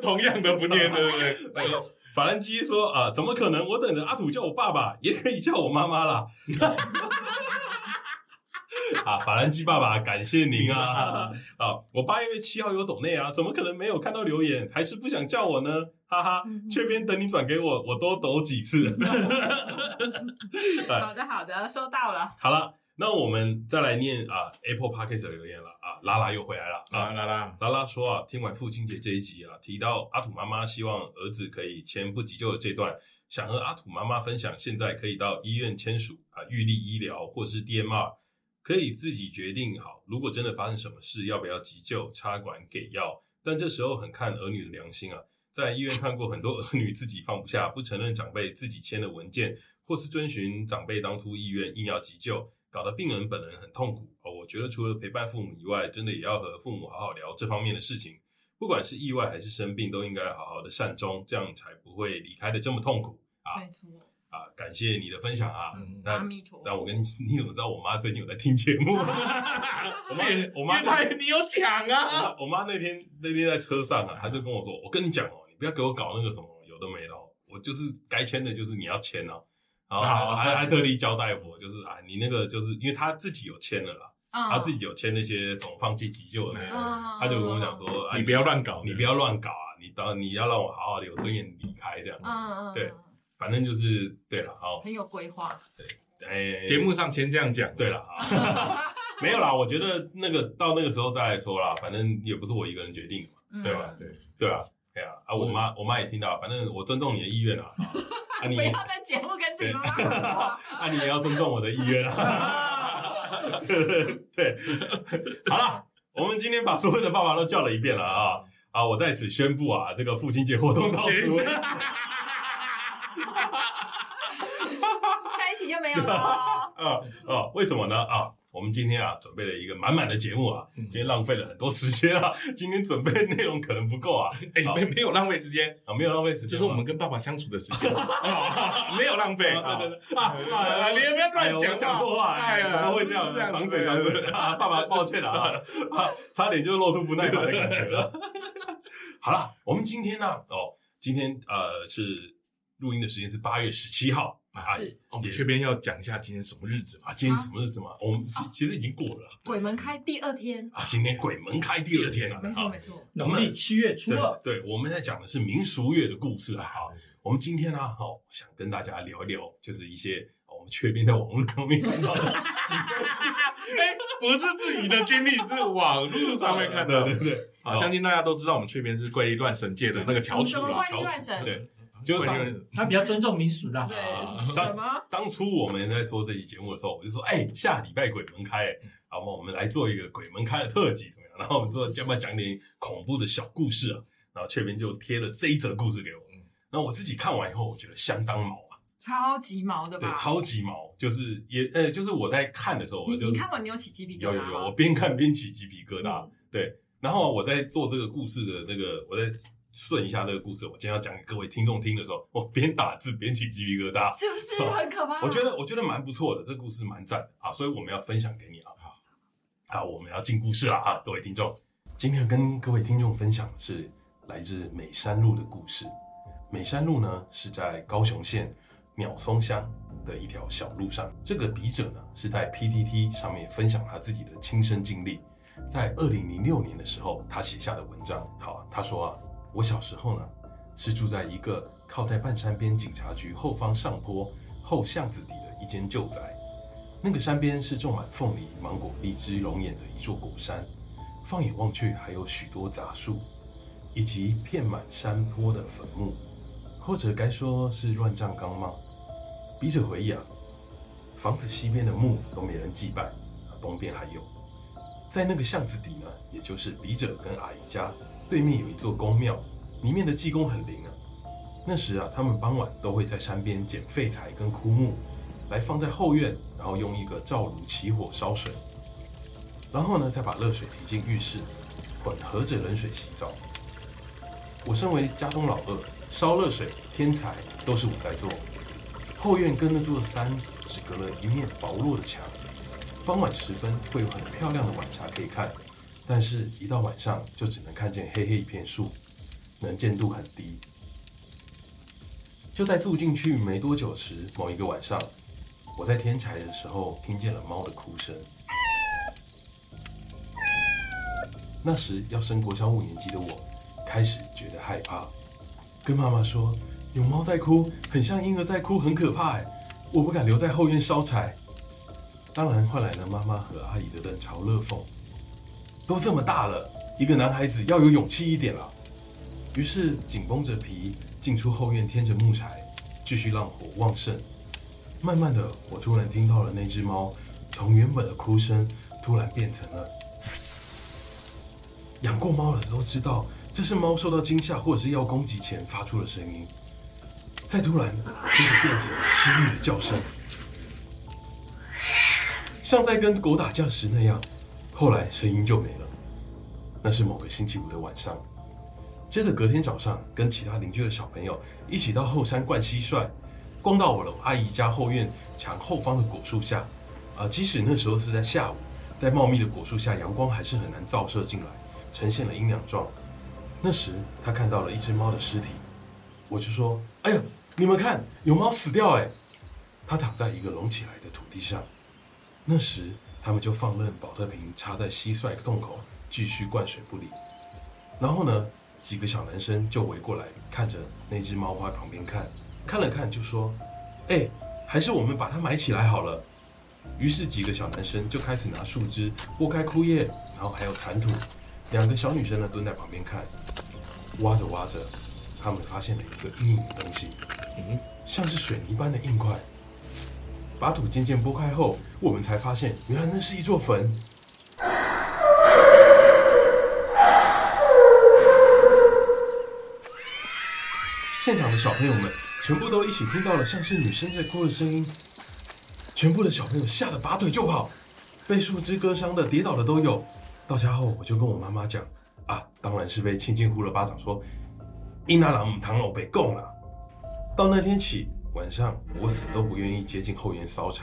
Speaker 4: 同样的不念，对不对？ [laughs]
Speaker 1: 法兰基说啊、怎么可能？我等着阿土叫我爸爸，也可以叫我妈妈啦。啊，法兰基爸爸，感谢您啊！啊，我八月七号有抖内啊，怎么可能没有看到留言？还是不想叫我呢？哈哈，这边等你转给我，我多抖几次。
Speaker 3: 好的好的，收到了。
Speaker 1: 好了，那我们再来念啊 Apple Podcast 的留言了啊，拉拉又回来了
Speaker 4: 啦
Speaker 1: 啊。
Speaker 4: 啦啦，
Speaker 1: 拉拉说啊，听完父亲节这一集啊，提到阿土妈妈希望儿子可以签不急救的这段，想和阿土妈妈分享，现在可以到医院签署啊，预立医疗或是 DMR，可以自己决定好，如果真的发生什么事，要不要急救、插管、给药，但这时候很看儿女的良心啊。在医院看过很多儿女自己放不下，不承认长辈自己签的文件，或是遵循长辈当初意愿硬要急救，搞得病人本人很痛苦。哦，我觉得除了陪伴父母以外，真的也要和父母好好聊这方面的事情。不管是意外还是生病，都应该好好的善终，这样才不会离开的这么痛苦啊
Speaker 3: 没错，
Speaker 1: 啊！感谢你的分享啊！
Speaker 4: 嗯
Speaker 1: 那
Speaker 3: 阿弥陀
Speaker 1: 那
Speaker 3: 佛。
Speaker 1: 我
Speaker 3: [laughs]
Speaker 1: 跟你，你怎么知道我妈最近有在听节
Speaker 3: 嗯
Speaker 1: 目？
Speaker 4: [laughs]
Speaker 1: 我妈我妈
Speaker 4: 因为他你有抢啊！
Speaker 1: [laughs] 我妈那天那天在车上啊，她就跟我说：“我跟你讲哦，你不要给我搞那个什么有的没的哦，我就是该签的，就是你要签哦。”然后
Speaker 4: 啊好
Speaker 1: 还还还特地交代我，就是啊，你那个就是因为她自己有签了啦，她自己有签那些什么放弃急救的那个，
Speaker 3: 嗯，
Speaker 1: 她就跟我讲说：“啊，
Speaker 4: 你不要乱搞，
Speaker 1: 你不要乱搞啊，你当你要让我好好的有尊严离开这样。”
Speaker 3: 嗯，嗯嗯，
Speaker 1: 对反正就是对了，好，
Speaker 3: 很有规划。
Speaker 1: 哎，
Speaker 4: 节目上先这样讲。
Speaker 1: 对了啊， [laughs] 没有啦，我觉得那个到那个时候再来说啦，反正也不是我一个人决定的嘛。
Speaker 3: 嗯
Speaker 1: 对吧？
Speaker 4: 对
Speaker 1: 对啊，对啊，啊，我妈我妈也听到，反正我尊重你的意愿
Speaker 4: [laughs]
Speaker 1: 啊，啊啊你 [laughs]
Speaker 3: 不要在节目跟自己妈妈讲话。
Speaker 1: 啊你也要尊重我的意愿啊。
Speaker 4: [laughs]
Speaker 1: 对，好了，我们今天把所有的爸爸都叫了一遍了啊啊！我在此宣布啊，这个父亲节活动到此
Speaker 4: [laughs]
Speaker 1: 为止。
Speaker 3: 下一期就没有
Speaker 1: [laughs]
Speaker 3: 了哦。
Speaker 1: 啊啊！为什么呢？啊，我们今天啊准备了一个满满的节目啊，
Speaker 4: 嗯
Speaker 1: 今天浪费了很多时间啊，今天准备内容可能不够啊，
Speaker 4: 哎、
Speaker 1: 好
Speaker 4: 没没有浪费时间，
Speaker 1: 啊没有浪费时
Speaker 4: 这
Speaker 1: 间
Speaker 4: 是
Speaker 1: 吗，
Speaker 4: 我们跟爸爸相处的时 [laughs] 间，啊没有浪费。
Speaker 1: 啊对
Speaker 4: 啊
Speaker 1: 对对啊啊
Speaker 4: 啊！你也不要
Speaker 1: 哎
Speaker 4: 乱
Speaker 1: 呦，
Speaker 4: 讲
Speaker 1: 讲讲错话，哎
Speaker 4: 哎
Speaker 1: 呀，
Speaker 4: 呀，
Speaker 1: 怎么会这样
Speaker 4: 是
Speaker 1: 呢？长
Speaker 4: 子哎
Speaker 1: 嘴长嘴
Speaker 4: 哦
Speaker 1: 啊！爸爸抱歉了啊，啊差点就露出不耐烦的感觉
Speaker 4: [laughs]
Speaker 1: 了。好了，我们今天呢，哦，今天呃是录音的时间是八月十七号啊
Speaker 3: 是
Speaker 4: 我们这边要讲一下今天什么日子吧。
Speaker 1: 啊，今天什么日子吗？我们
Speaker 3: 啊
Speaker 1: 其其实已经过了
Speaker 3: 鬼门开第二天，
Speaker 1: 啊，今天鬼门开第二天了，
Speaker 3: 没
Speaker 1: 啊
Speaker 3: 错没错，
Speaker 2: 农历七月初二，
Speaker 1: 对对，我们在讲的是民俗乐的故事啊。
Speaker 4: 嗯
Speaker 1: 好，我们今天呢、好、想跟大家聊一聊，就是一些哦我们确定在网络上面看到的，
Speaker 4: 哎，不是自己的经历，是网络上面看到
Speaker 1: 对
Speaker 4: 的。
Speaker 1: 对对，
Speaker 4: 啊，相信大家都知道，我们雀边是怪力乱神界的那个翘楚
Speaker 3: 什么
Speaker 4: 啦
Speaker 3: 怪。力哎乱神？
Speaker 1: 对，就是
Speaker 4: 怪
Speaker 1: 当
Speaker 4: 力乱神
Speaker 2: 他比较尊重民俗啦。
Speaker 3: 对，什么？
Speaker 1: 啊当初我们在说这期节目的时候，我就说，哎、下礼拜鬼门开、哎好嘛，我们来做一个鬼门开的特辑，怎么样？然后我们说
Speaker 3: 是是是
Speaker 1: 要不要讲点恐怖的小故事啊？然后雀边就贴了这一则故事给我
Speaker 4: 嗯，
Speaker 1: 然后我自己看完以后，我觉得相当毛啊，
Speaker 3: 超级毛的
Speaker 1: 对，
Speaker 3: 吧？
Speaker 1: 超级毛，就是也呃，就是我在看的时候，我
Speaker 3: 你
Speaker 1: 就
Speaker 3: 你看过你有起鸡皮疙瘩
Speaker 1: 有有
Speaker 3: 吗
Speaker 1: 有，我边看边起鸡皮疙瘩。
Speaker 3: 嗯
Speaker 1: 对，然后我在做这个故事的那个，我在顺一下这个故事，我今天要讲给各位听众听的时候，我边打字边起鸡皮疙瘩。
Speaker 3: 是不是很可怕？
Speaker 1: 我觉得我觉得蛮不错的，这故事蛮赞的啊，所以我们要分享给你啊。啊，我们要进故事了啊，各位听众，今天要跟各位听众分享的是来自美山路的故事。美山路呢是在高雄县鸟松乡的一条小路上，这个笔者呢是在 PTT 上面分享他自己的亲身经历。在二零零六年的时候，他写下的文章，好、啊，他说啊，我小时候呢是住在一个靠在半山边警察局后方上坡后巷子底的一间旧宅。那个山边是种满凤梨、芒果、荔枝、龙眼的一座果山，放眼望去还有许多杂树，以及遍满山坡的坟墓，或者该说是乱葬岗吗？笔者回忆啊，房子西边的墓都没人祭拜，啊东边还有。在那个巷子底呢，也就是笔者跟阿姨家对面有一座公庙，里面的济公很灵啊。那时啊，他们傍晚都会在山边捡废柴跟枯木，来放在后院，然后用一个灶炉起火烧水，然后呢再把热水提进浴室，混合着冷水洗澡。我身为家中老二，烧热水、添柴都是我在做。后院跟那座山只隔了一面薄弱的墙，傍晚时分会有很漂亮的晚霞可以看，但是一到晚上就只能看见黑黑一片树，能见度很低。就在住进去没多久时，某一个晚上，我在添柴的时候听见了猫的哭声。那时要升国小五年级的我，开始觉得害怕，跟妈妈说有猫在哭，很像婴儿在哭，很可怕哎，我不敢留在后院烧柴。当然换来了妈妈和阿姨的冷嘲热讽。都这么大了，一个男孩子要有勇气一点啦。于是紧绷着皮进出后院，添着木柴，继续让火旺盛。慢慢的，我突然听到了那只猫从原本的哭声，突然变成了养过猫的时候知道，这是猫受到惊吓或者是要攻击前发出的声音。再突然，接着变成凄厉的叫声，像在跟狗打架时那样。后来声音就没了。那是某个星期五的晚上。接着隔天早上，跟其他邻居的小朋友一起到后山灌蟋蟀，逛到我的阿姨家后院墙后方的果树下。啊、即使那时候是在下午，在茂密的果树下，阳光还是很难照射进来，呈现了阴凉状。那时她看到了一只猫的尸体，我就说：“哎呀，你们看，有猫死掉哎！”它躺在一个隆起来的土地上。那时他们就放任保特瓶插在蟋蟀洞口，继续灌水不理。然后呢，几个小男生就围过来，看着那只猫花旁边看，看了看就说：“哎、还是我们把它埋起来好了。”于是几个小男生就开始拿树枝拨开枯叶，然后还有残土。两个小女生呢蹲在旁边看，挖着挖着，他们发现了一个硬的东西，
Speaker 4: 嗯
Speaker 1: 像是水泥般的硬块。把土渐渐拨开后，我们才发现原来那是一座坟。现场的小朋友们全部都一起听到了像是女生在哭的声音，全部的小朋友吓得拔腿就跑，被树枝割伤的、跌倒的都有。到家后，我就跟我妈妈讲，啊，当然是被轻轻呼了巴掌，说“伊那郎唐老被供了”。到那天起，晚上我死都不愿意接近后院烧柴，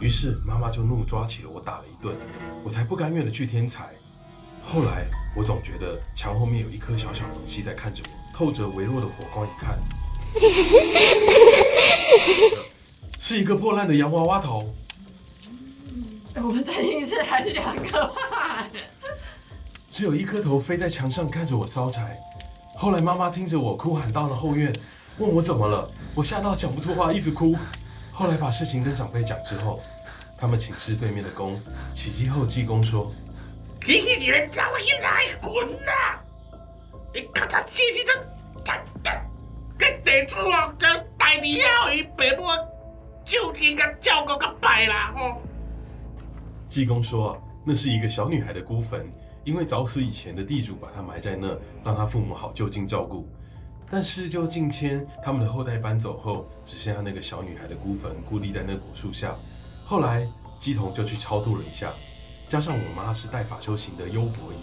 Speaker 1: 于是妈妈就怒抓起了我打了一顿，我才不甘愿的去添柴。后来我总觉得墙后面有一颗小小东西在看着我，透着微弱的火光一看， [laughs] 是一个破烂的洋娃娃头。
Speaker 3: [laughs] 我们再听一次，还是觉得很可怕。
Speaker 1: 只有一颗头飞在墙上看着我烧柴。后来妈妈听着我哭喊到了后院，问我怎么了，我吓到讲不出话，一直哭。后来把事情跟长辈讲之后，他们请示对面的公，起鸡后济公说
Speaker 5: 你一人找我一来混呐！你咔嚓嘻嘻的，哒哒，跟地主哦，跟拜年后伊爸母酒精甲照顾甲拜啦吼。：“
Speaker 1: 济公说啊，那是一个小女孩的孤坟，因为早死以前的地主把她埋在那，让她父母好就近照顾。但是就近迁，他们的后代搬走后，只剩下那个小女孩的孤坟孤立在那果树下。后来鸡童就去超度了一下，加上我妈是带法修行的优婆夷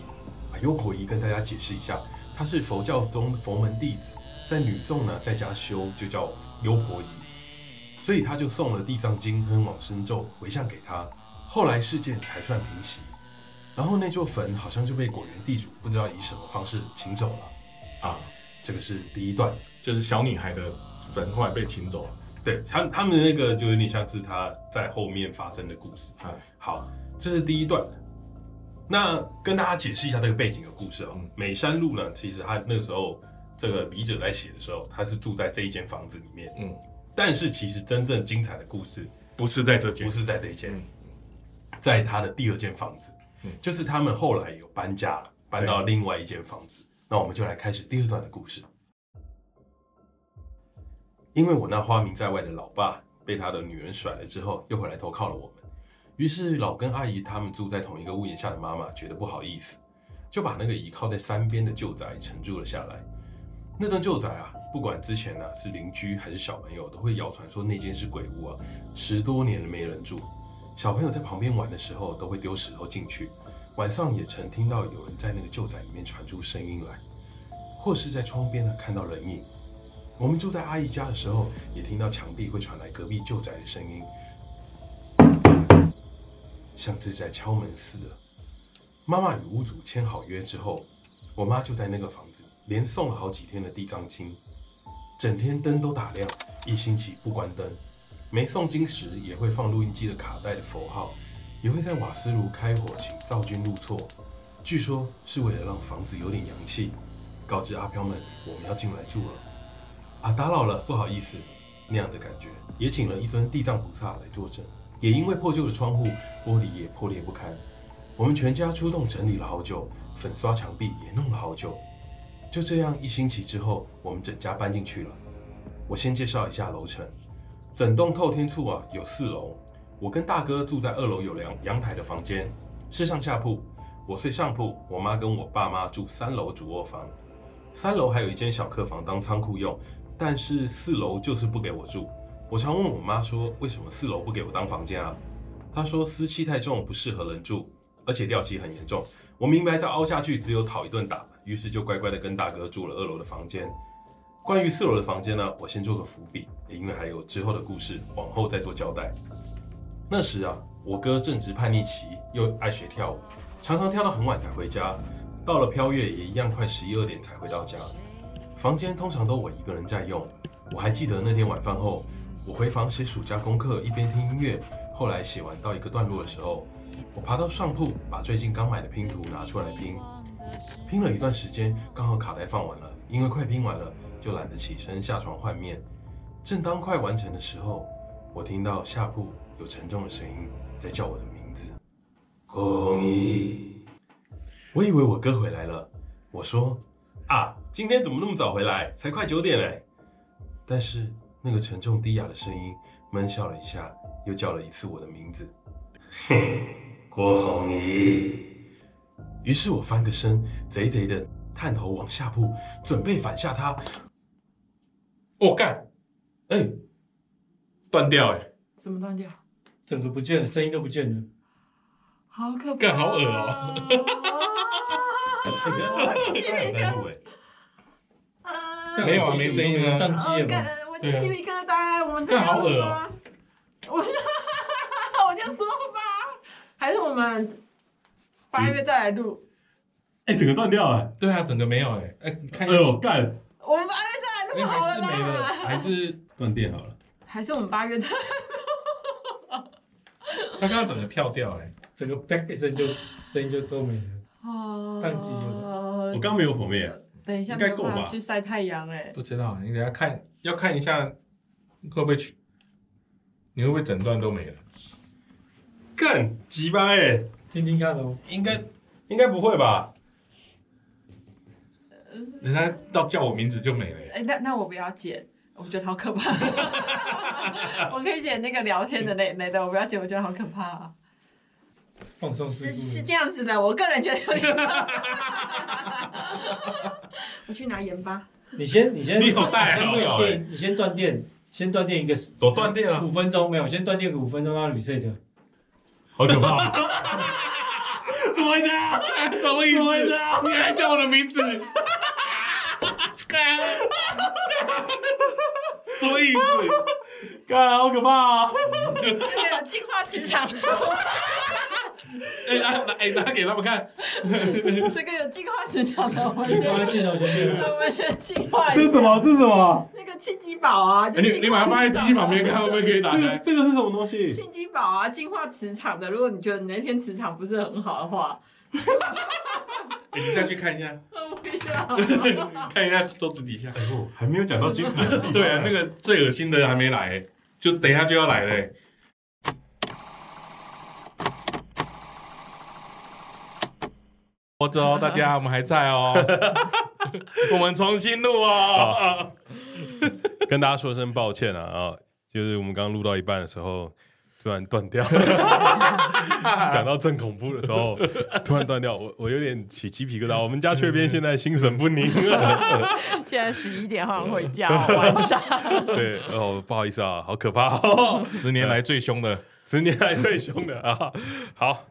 Speaker 1: 啊，优婆夷跟大家解释一下，她是佛教中佛门弟子，在女众呢在家修就叫优婆夷，所以她就送了《地藏经》跟往生咒回向给她，后来事件才算平息。然后那座坟好像就被果园地主不知道以什么方式请走了啊，这个是第一段。
Speaker 4: 就是小女孩的坟后来被请走了。
Speaker 1: 对他他们的那个就有点像是他在后面发生的故事。
Speaker 4: 哎，
Speaker 1: 好，这是第一段。那跟大家解释一下这个背景的故事哦。
Speaker 4: 嗯
Speaker 1: 美山路呢，其实他那个时候这个笔者在写的时候，他是住在这一间房子里面，
Speaker 4: 嗯，
Speaker 1: 但是其实真正精彩的故事
Speaker 4: 不是在这间，
Speaker 1: 不是在这一间，
Speaker 4: 嗯
Speaker 1: 在他的第二间房子，
Speaker 4: 嗯
Speaker 1: 就是他们后来有搬家了，搬到另外一间房子。那我们就来开始第二段的故事。因为我那花名在外的老爸被他的女人甩了之后，又回来投靠了我们，于是老跟阿姨他们住在同一个屋檐下的妈妈觉得不好意思，就把那个倚靠在山边的旧宅承住了下来。那栋旧宅啊，不管之前啊是邻居还是小朋友，都会谣传说那间是鬼屋啊，十多年了没人住。小朋友在旁边玩的时候，都会丢石头进去。晚上也曾听到有人在那个旧宅里面传出声音来，或是在窗边呢看到人影。我们住在阿姨家的时候，也听到墙壁会传来隔壁旧宅的声音，像是在敲门似的。妈妈与屋主签好约之后，我妈就在那个房子连送了好几天的地藏经，整天灯都打亮，一星期不关灯。没诵经时也会放录音机的卡带的佛号，也会在瓦斯炉开火，请灶君入错。据说是为了让房子有点阳气。告知阿飘们我们要进来住了，啊，打扰了，不好意思，那样的感觉。也请了一尊地藏菩萨来作证。也因为破旧的窗户玻璃也破裂不堪，我们全家出动整理了好久，粉刷墙壁也弄了好久。就这样一星期之后，我们整家搬进去了。我先介绍一下楼层，整栋透天厝啊有四楼，我跟大哥住在二楼有阳阳台的房间，是上下铺，我睡上铺，我妈跟我爸妈住三楼主卧房，三楼还有一间小客房当仓库用，但是四楼就是不给我住。我常问我妈说，为什么四楼不给我当房间啊？她说湿气太重，不适合人住，而且掉漆很严重。我明白再凹下去只有讨一顿打，于是就乖乖的跟大哥住了二楼的房间。关于四楼的房间呢，我先做个伏笔，因为还有之后的故事，往后再做交代。那时啊，我哥正值叛逆期，又爱学跳舞，常常跳到很晚才回家。到了飘月也一样，快十一二点才回到家。房间通常都我一个人在用。我还记得那天晚饭后，我回房写暑假功课，一边听音乐。后来写完到一个段落的时候，我爬到上铺，把最近刚买的拼图拿出来拼。拼了一段时间，刚好卡带放完了，因为快拼完了，就懒得起身下床换面。正当快完成的时候，我听到下铺有沉重的声音在叫我的名字，公益。我以为我哥回来了，我说啊，今天怎么那么早回来？才快九点嘞。但是那个沉重低哑的声音闷笑了一下，又叫了一次我的名字，嘿，郭红怡。于是我翻个身，贼贼的探头往下扑，准备反下他。
Speaker 4: 我哦干，
Speaker 1: 哎、
Speaker 4: 断掉哎！
Speaker 3: 怎么断掉？
Speaker 2: 整个不见了，声音都不见了。
Speaker 3: 好可怕！哦呃
Speaker 4: 干好恶
Speaker 1: 哦 [laughs] 哎
Speaker 3: 你
Speaker 1: 你
Speaker 3: 这边
Speaker 1: 在录哎，
Speaker 3: 啊
Speaker 4: 没有啊没声音啊
Speaker 2: 宕
Speaker 3: 哦
Speaker 2: 机，了
Speaker 3: 干
Speaker 2: 嘛。，
Speaker 3: 我鸡皮疙瘩哎，我们这
Speaker 4: 干好
Speaker 3: 样
Speaker 4: 恶
Speaker 3: 录
Speaker 4: 哦
Speaker 3: 吗？我就我就说吧，还是我们八月再来录，
Speaker 1: 哎、整个断掉哎、
Speaker 4: 对啊，整个没有哎！哎，你看
Speaker 1: 哎
Speaker 4: 一下，
Speaker 1: 呦干，
Speaker 3: 我们八月再来
Speaker 4: 哎
Speaker 3: 录好了
Speaker 4: 还是没了，
Speaker 3: 啦。
Speaker 4: 还是
Speaker 1: 断电好了。
Speaker 3: [laughs] 还是我们八月再来
Speaker 4: 他刚刚整个跳掉哎！
Speaker 2: 整个 back 一声就声音就都没了。
Speaker 4: [laughs]
Speaker 3: 哦
Speaker 2: 宕机
Speaker 1: 我刚没有火灭，
Speaker 3: 等一下
Speaker 1: 应
Speaker 3: 没
Speaker 1: 该
Speaker 3: 有
Speaker 1: 够
Speaker 3: 办法
Speaker 1: 吧
Speaker 3: 去晒太阳哎，
Speaker 4: 不知道，你等一下看，要看一下会不会去，你会不会整段都没了？
Speaker 1: 干鸡巴哎，
Speaker 2: 听听看哦喽，
Speaker 1: 应该应该不会吧？
Speaker 4: 人家到叫我名字就没了耶，
Speaker 3: 哎那那我不要剪，我觉得好可怕。 [laughs] 我可以剪那个聊天的那那的，我不要剪，我觉得好可怕啊。
Speaker 2: 放松事
Speaker 3: 是嗯是
Speaker 2: 故。
Speaker 3: 这样子的，我个人觉得有点怕。我去拿盐巴。
Speaker 2: 你先，你先，
Speaker 4: 你有带
Speaker 2: 先
Speaker 4: 啊
Speaker 2: 断
Speaker 1: 有
Speaker 2: 电，你先断电，先断电一个
Speaker 1: 我断电
Speaker 4: [laughs]
Speaker 1: 了，
Speaker 2: 五分钟没有，先断电个五分钟，让它 [laughs] reset。
Speaker 1: 好可
Speaker 4: [laughs]
Speaker 1: 怕！怎么会这样？
Speaker 4: 什么意
Speaker 1: 怎么会这
Speaker 4: 思？
Speaker 1: 样？
Speaker 4: 你还叫我的名字？干什么意思？
Speaker 1: 干，好可怕、啊！
Speaker 3: 这个净化磁场，
Speaker 4: 哎、拿拿哎、拿给他们看，
Speaker 3: 这个有净化磁场的，我们
Speaker 2: 你放在
Speaker 3: 先，
Speaker 2: 镜头前面。
Speaker 3: 我们先净化
Speaker 1: 这
Speaker 3: 一
Speaker 1: 是什
Speaker 3: 下。
Speaker 1: 么？这是什么？
Speaker 3: 那个气机宝啊，就
Speaker 4: 哎你
Speaker 3: 净化
Speaker 4: 你把它放在机器旁边看，会不会可以打
Speaker 1: 这个
Speaker 4: 开？
Speaker 1: 这个是什么东西？
Speaker 3: 气机宝啊，净化磁场的。如果你觉得你那天磁场不是很好的话，
Speaker 4: 哎 [laughs] 你下去看一下，
Speaker 3: 我不 [laughs] 要。
Speaker 4: 看一下桌子底下。
Speaker 1: 哎呦，还没有讲到精 [laughs] 彩的地方。
Speaker 4: 对啊，那个最恶心的还没来，就等一下就要来了、欸活着哦，大家，我们还在 [laughs] 哦，我们重新录哦。
Speaker 1: 跟大家说声抱歉啊啊！就是我们刚刚录到一半的时候，突然断
Speaker 4: [laughs]
Speaker 1: 掉。讲到正恐怖的时候，突然断掉，我我有点起鸡皮疙瘩。我们家雀边现在心神不宁。
Speaker 3: [laughs]
Speaker 4: 嗯
Speaker 3: 现在十一点，好像回家，晚上。
Speaker 1: 对哦，不好意思啊，好可怕、 [laughs] 哦，
Speaker 4: 十年来最凶的，
Speaker 1: 十年来最凶的啊！好，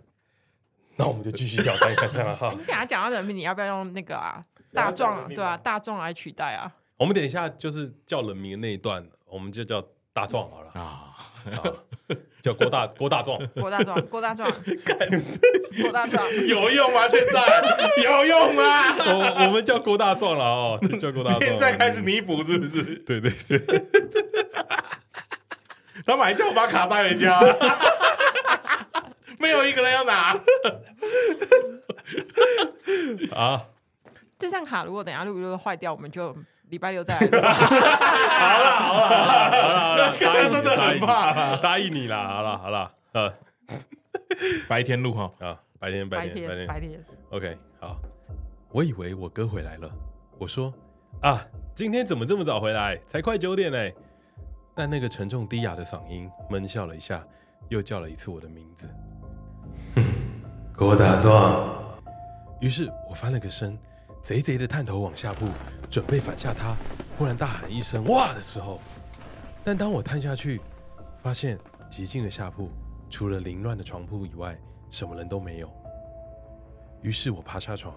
Speaker 1: 那我们就继续挑战看看了、哈
Speaker 3: 你。等下讲到人名，你要不要用那个啊？大壮啊，对啊，大壮来取代啊。
Speaker 1: 我们等一下就是叫人名的那一段，我们就叫大壮好了啊，叫郭大郭大壮。
Speaker 3: 郭大壮，郭大壮，郭大壮，
Speaker 4: 有用吗？现在有用吗？
Speaker 1: 我我们叫郭大壮了哦，就叫郭大壮。
Speaker 4: 现在开始弥补是不是？
Speaker 1: 对对对。
Speaker 4: 他们还叫我把卡带回家，没有一个人要拿。
Speaker 1: 啊，
Speaker 3: 这张卡如果等下录一录坏掉，我们就礼拜六再来录。
Speaker 1: 好 [laughs] 了，
Speaker 4: 刚刚真的很怕
Speaker 1: 啦，答应你啦，好了好了， [laughs] 呃
Speaker 4: 白天录哈，
Speaker 1: 啊，白天白
Speaker 3: 白
Speaker 1: 天白天
Speaker 3: 天，白天，
Speaker 1: ，OK，好。我以为我哥回来了，我说啊，今天怎么这么早回来？才快九点嘞。但那个沉重低哑的嗓音闷笑了一下，又叫了一次我的名 [laughs] 字，哼，郭大壮。于是我翻了个身，贼贼的探头往下扑，准备反下他，忽然大喊一声“哇”的时候，但当我探下去，发现极静的下铺，除了凌乱的床铺以外，什么人都没有。于是我爬下床，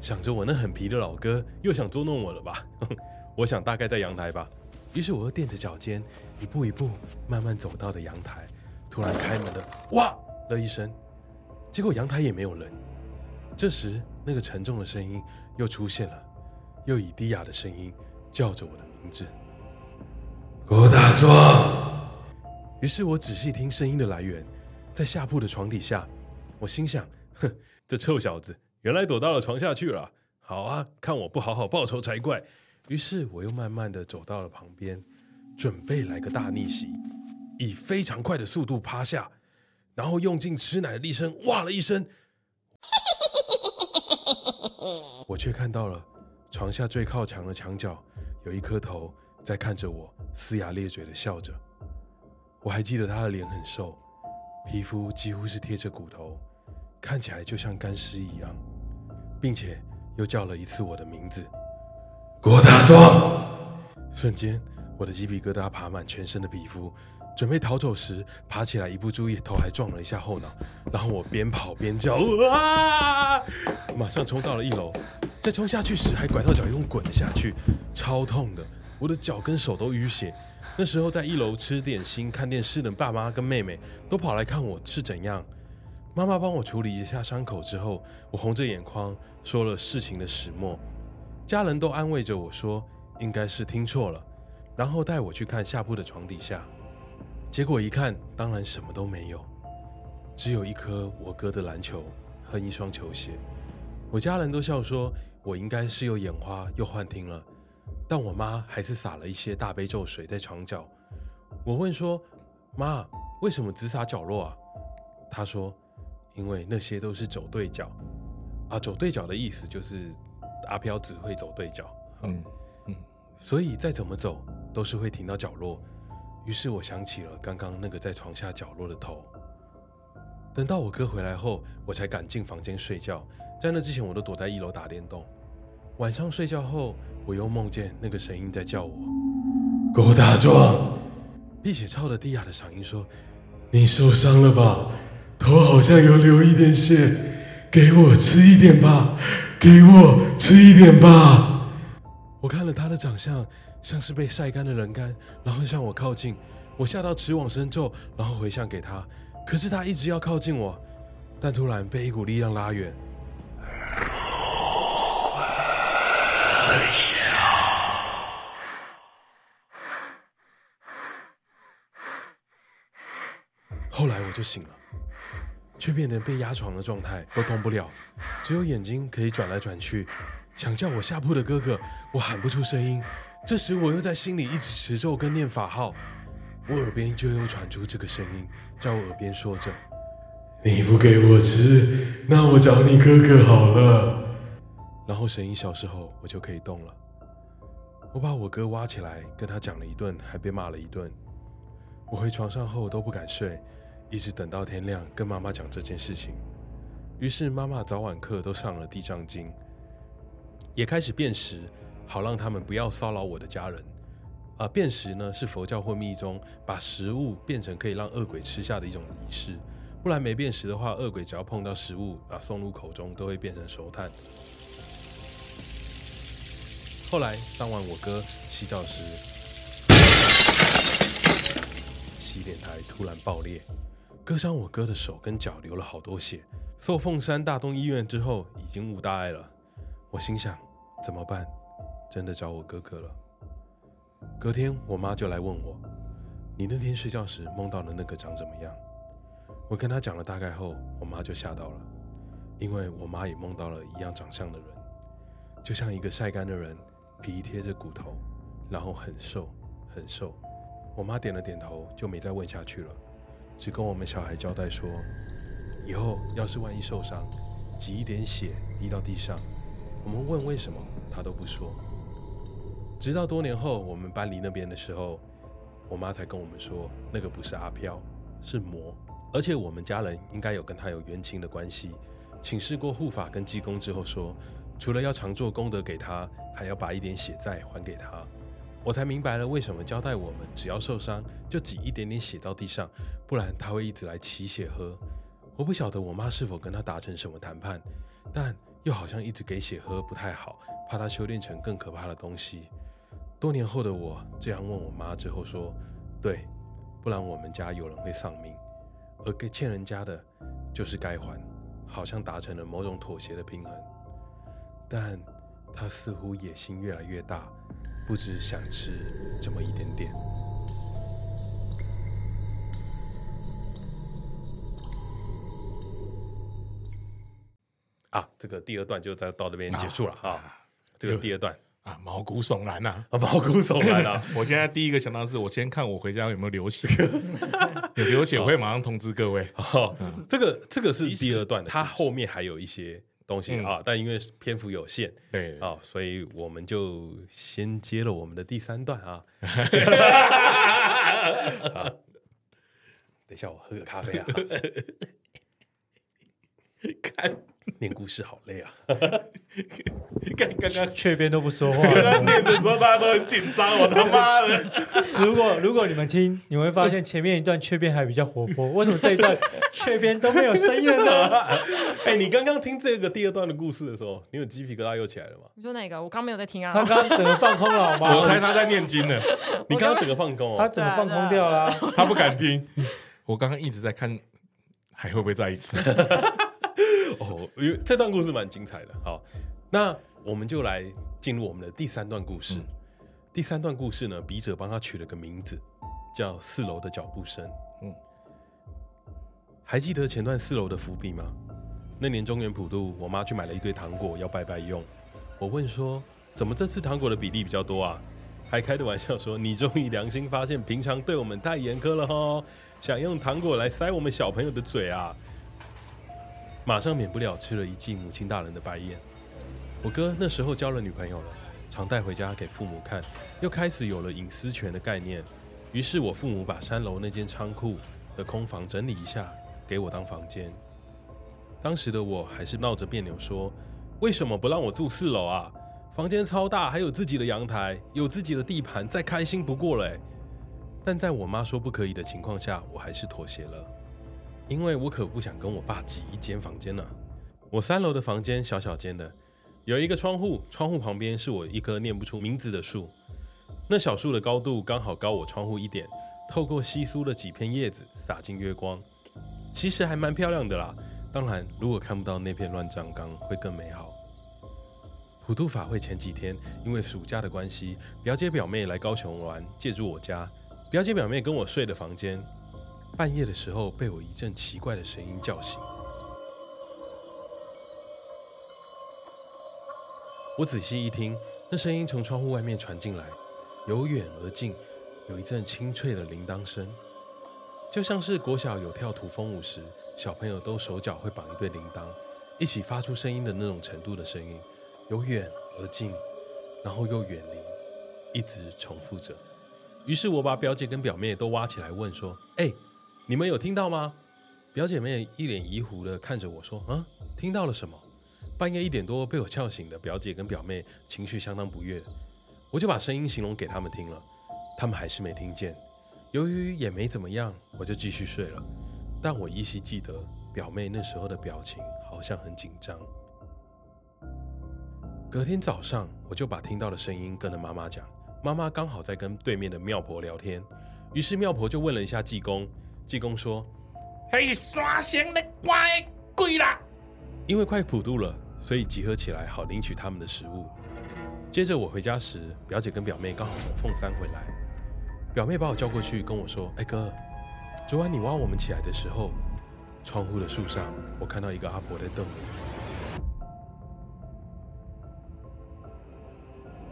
Speaker 1: 想着我那很皮的老哥又想捉弄我了吧？ [laughs] 我想大概在阳台吧。于是我又垫着脚尖，一步一步慢慢走到了阳台，突然开门的“哇”了一声，结果阳台也没有人。这时，那个沉重的声音又出现了，又以低哑的声音叫着我的名字：“郭大壮。”于是我仔细听声音的来源，在下铺的床底下，我心想：“哼，这臭小子原来躲到了床下去了。好啊，看我不好好报仇才怪。”于是我又慢慢的走到了旁边，准备来个大逆袭，以非常快的速度趴下，然后用尽吃奶的力声哇了一声，我却看到了床下最靠墙的墙角有一颗头在看着我，呲牙咧嘴的笑着。我还记得他的脸很瘦，皮肤几乎是贴着骨头，看起来就像干尸一样，并且又叫了一次我的名字——郭大壮。瞬间，我的鸡皮疙瘩爬满全身的皮肤。准备逃走时，爬起来一不注意，头还撞了一下后脑，然后我边跑边叫啊！马上冲到了一楼，在冲下去时还拐到脚用滚了下去，超痛的，我的脚跟手都淤血。那时候在一楼吃点心、看电视的爸妈跟妹妹都跑来看我是怎样。妈妈帮我处理一下伤口之后，我红着眼眶说了事情的始末，家人都安慰着我说应该是听错了，然后带我去看下铺的床底下。结果一看，当然什么都没有，只有一颗我哥的篮球和一双球鞋。我家人都笑说我应该是又眼花又幻听了，但我妈还是撒了一些大杯咒水在床角。我问说：“妈，为什么只撒角落啊？”她说：“因为那些都是走对角啊，走对角的意思就是阿飘只会走对角，
Speaker 4: 嗯，
Speaker 1: 所以再怎么走都是会停到角落。于是我想起了刚刚那个在床下角落的头。等到我哥回来后，我才敢进房间睡觉。在那之前，我都躲在一楼打电动。晚上睡觉后，我又梦见那个声音在叫我：“郭大壮。”并且照着低哑的嗓音说：“你受伤了吧？头好像有流一点血，给我吃一点吧，给我吃一点吧。”我看了他的长相，像是被晒干的人干，然后向我靠近。我吓到持往生咒，然后回向给他，可是他一直要靠近我，但突然被一股力量拉远。后来我就醒了，却变成被压床的状态，都动不了，只有眼睛可以转来转去。想叫我下铺的哥哥，我喊不出声音。这时我又在心里一直持咒跟念法号，我耳边就又传出这个声音，在我耳边说着：“你不给我吃，那我找你哥哥好了。”然后声音消失后，我就可以动了。我把我哥挖起来，跟他讲了一顿，还被骂了一顿。我回床上后都不敢睡，一直等到天亮，跟妈妈讲这件事情。于是妈妈早晚课都上了地藏经。也开始辨识，好让他们不要骚扰我的家人。啊、辨识呢是佛教或密宗把食物变成可以让恶鬼吃下的一种仪式，不然没辨识的话，恶鬼只要碰到食物啊送入口中，都会变成熟炭。后来当晚我哥洗澡时，洗脸台突然爆裂，割伤我哥的手跟脚，流了好多血。送凤山大东医院之后，已经无大碍了。我心想，怎么办？真的找我哥哥了。隔天，我妈就来问我：“你那天睡觉时梦到的那个长怎么样？”我跟她讲了大概后，我妈就吓到了，因为我妈也梦到了一样长相的人，就像一个晒干的人，皮贴着骨头，然后很瘦很瘦。我妈点了点头，就没再问下去了，只跟我们小孩交代说：“以后要是万一受伤，挤一点血滴到地上，我们问为什么，他都不说。直到多年后我们搬离那边的时候，我妈才跟我们说，那个不是阿飘，是魔，而且我们家人应该有跟他有冤亲的关系。请示过护法跟济公之后说，除了要常做功德给他，还要把一点血债还给他。我才明白了为什么交代我们，只要受伤就挤一点点血到地上，不然他会一直来起血喝。我不晓得我妈是否跟他达成什么谈判，但又好像一直给血喝不太好，怕他修炼成更可怕的东西。多年后的我这样问我妈之后说：“对，不然我们家有人会丧命，而给欠人家的，就是该还。”好像达成了某种妥协的平衡，但他似乎野心越来越大，不只想吃这么一点点。啊，这个第二段就在到这边结束了啊这个第二段
Speaker 4: 啊，毛骨悚然呐、啊！
Speaker 1: 啊，毛
Speaker 6: [laughs]
Speaker 1: 骨悚
Speaker 7: [laughs]
Speaker 1: 然啊！
Speaker 4: 我现在第一个想到的是，我先看我回家有没有流血，有流血我会马上通知各位。
Speaker 1: 哦，这个这个是第二段的，
Speaker 4: 其实
Speaker 1: 它后面还有一些东西
Speaker 4: 嗯
Speaker 1: 啊，但因为篇幅有限
Speaker 4: 对，
Speaker 1: 啊，所以我们就 [laughs] 先接了我们的第三段啊。
Speaker 6: 一下，我喝个咖
Speaker 1: [laughs]
Speaker 6: 啡啊。
Speaker 7: 看
Speaker 6: 念故事好累啊！
Speaker 7: 看刚刚
Speaker 2: 雀边都不说
Speaker 6: [laughs]
Speaker 2: 话。
Speaker 7: 刚刚念的时候大家都很紧张，我他妈的！
Speaker 2: 如果如果你们听，你会发现前面一段雀边还比较活泼，为什么这一段雀边都没有声音了
Speaker 6: [laughs]
Speaker 2: 呢？
Speaker 6: 哎、你刚刚听这个第二段的故事的时候，你有鸡皮疙瘩又起来了吗？
Speaker 3: 你说哪个？我刚没有在听啊。
Speaker 2: 他刚刚整个放空了，好
Speaker 6: [laughs]
Speaker 2: 吗？
Speaker 7: 我猜他在念经呢，
Speaker 6: 你刚刚整个放空
Speaker 2: 他
Speaker 6: 哦，
Speaker 2: 整个放空掉啊啦、
Speaker 6: 啊
Speaker 7: 他不敢听。我刚刚一直在看，还会不会再一次？ [laughs]
Speaker 6: 哦，因为这段故事蛮精彩的。好，那我们就来进入我们的第三段故事。
Speaker 7: 嗯
Speaker 6: 第三段故事呢，笔者帮他取了个名字，叫《四楼的脚步声》。嗯
Speaker 7: 嗯，
Speaker 6: 还记得前段四楼的伏笔吗？那年中原普渡，我妈去买了一堆糖果要拜拜用。我问说，怎么这次糖果的比例比较多啊？还开的玩笑说，你终于良心发现，平常对我们太严苛了吼，想用糖果来塞我们小朋友的嘴啊！马上免不了吃了一记母亲大人的白眼。我哥那时候交了女朋友了，常带回家给父母看，又开始有了隐私权的概念。于是我父母把三楼那间仓库的空房整理一下，给我当房间。当时的我还是闹着别扭说：“为什么不让我住四楼啊？房间超大，还有自己的阳台，有自己的地盘，再开心不过了、欸。”但在我妈说不可以的情况下，我还是妥协了。因为我可不想跟我爸挤一间房间呢、啊我三楼的房间小小间的，有一个窗户，窗户旁边是我一棵念不出名字的树。那小树的高度刚好高我窗户一点，透过稀疏的几片叶子洒进月光，其实还蛮漂亮的啦。当然，如果看不到那片乱葬岗，会更美好。普渡法会前几天，因为暑假的关系，表姐表妹来高雄玩，借住我家。表姐表妹跟我睡的房间，半夜的时候被我一阵奇怪的声音叫醒。我仔细一听，那声音从窗户外面传进来，由远而近，有一阵清脆的铃铛声，就像是国小有跳土风舞时，小朋友都手脚会绑一对铃铛，一起发出声音的那种程度的声音，由远而近，然后又远离，一直重复着。于是我把表姐跟表妹都挖起来问说：“哎、你们有听到吗？”表姐妹一脸疑惑的看着我说：“啊，听到了什么？”半夜一点多被我叫醒的表姐跟表妹情绪相当不悦，我就把声音形容给他们听了，他们还是没听见。由于也没怎么样，我就继续睡了。但我依稀记得表妹那时候的表情好像很紧张。隔天早上，我就把听到的声音跟了妈妈讲。妈妈刚好在跟对面的妙婆聊天，于是妙婆就问了一下济公。济公说
Speaker 5: 嘿，刷新的乖贵啦！：“
Speaker 6: 因为快普渡了，所以集合起来好领取他们的食物。”接着我回家时，表姐跟表妹刚好从凤山回来，表妹把我叫过去跟我说：“哎哥，昨晚你挖我们起来的时候，窗户的树上我看到一个阿婆在瞪我。”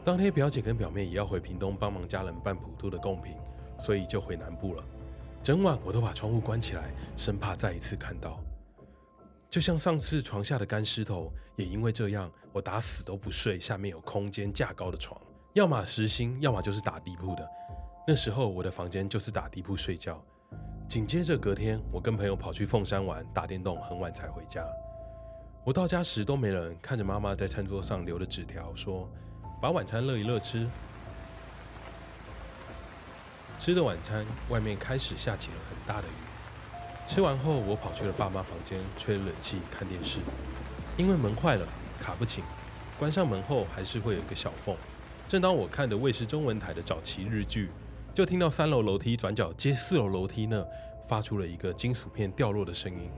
Speaker 6: 当天表姐跟表妹也要回屏东帮忙家人办普渡的贡品，所以就回南部了。整晚我都把窗户关起来，生怕再一次看到。就像上次床下的干石头，也因为这样，我打死都不睡下面有空间架高的床，要么实心，要么就是打地铺的。那时候我的房间就是打地铺睡觉。紧接着隔天，我跟朋友跑去凤山玩，打电动，很晚才回家。我到家时都没人，看着妈妈在餐桌上留的纸条，说把晚餐热一热吃。吃着晚餐，外面开始下起了很大的雨。吃完后，我跑去了爸妈房间，吹冷气看电视。因为门坏了，卡不紧，关上门后还是会有一个小缝。正当我看着卫视中文台的早期日剧，就听到三楼楼梯转角接四楼楼梯呢，发出了一个金属片掉落的声音。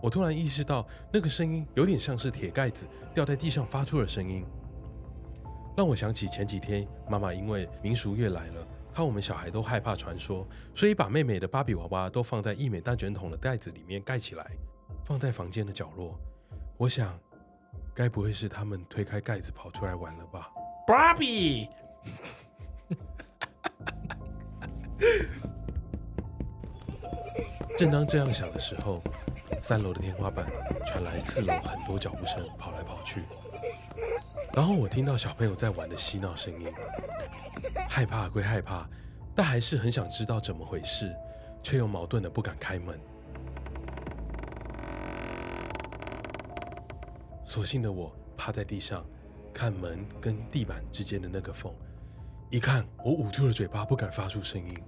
Speaker 6: 我突然意识到，那个声音有点像是铁盖子掉在地上发出的声音，让我想起前几天妈妈因为民俗月来了，怕我们小孩都害怕传说，所以把妹妹的芭比娃娃都放在一美蛋卷筒的袋子里面盖起来，放在房间的角落。我想，该不会是他们推开盖子跑出来玩了吧？
Speaker 7: 芭比，
Speaker 6: 正当这样想的时候，三楼的天花板传来四楼很多脚步声，跑来跑去。然后我听到小朋友在玩的嬉闹声音，害怕归害怕，但还是很想知道怎么回事，却又矛盾的不敢开门。所幸的我趴在地上，看门跟地板之间的那个缝，一看我捂住了嘴巴，不敢发出声音，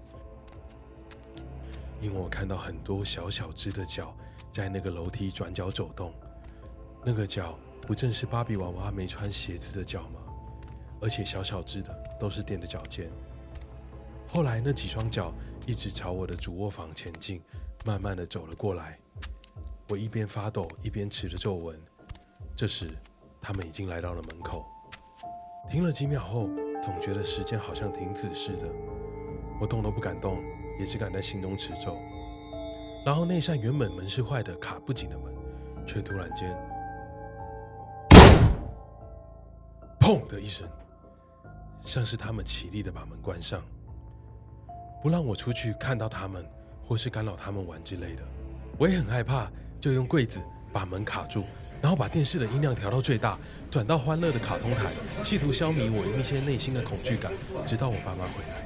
Speaker 6: 因为我看到很多小小只的脚在那个楼梯转角走动，那个脚不正是芭比娃娃没穿鞋子的脚吗？而且小小只的都是垫着脚尖。后来那几双脚一直朝我的主卧房前进，慢慢的走了过来。我一边发抖，一边持着皱纹。这时，他们已经来到了门口。停了几秒后，总觉得时间好像停止似的。我动都不敢动，也只敢在心中持咒。然后那扇原本门是坏的、卡不紧的门，却突然间，砰的一声，像是他们起力的把门关上，不让我出去看到他们，或是干扰他们玩之类的。我也很害怕，就用柜子把门卡住，然后把电视的音量调到最大，转到欢乐的卡通台，企图消弭我那些内心的恐惧感，直到我爸妈回来。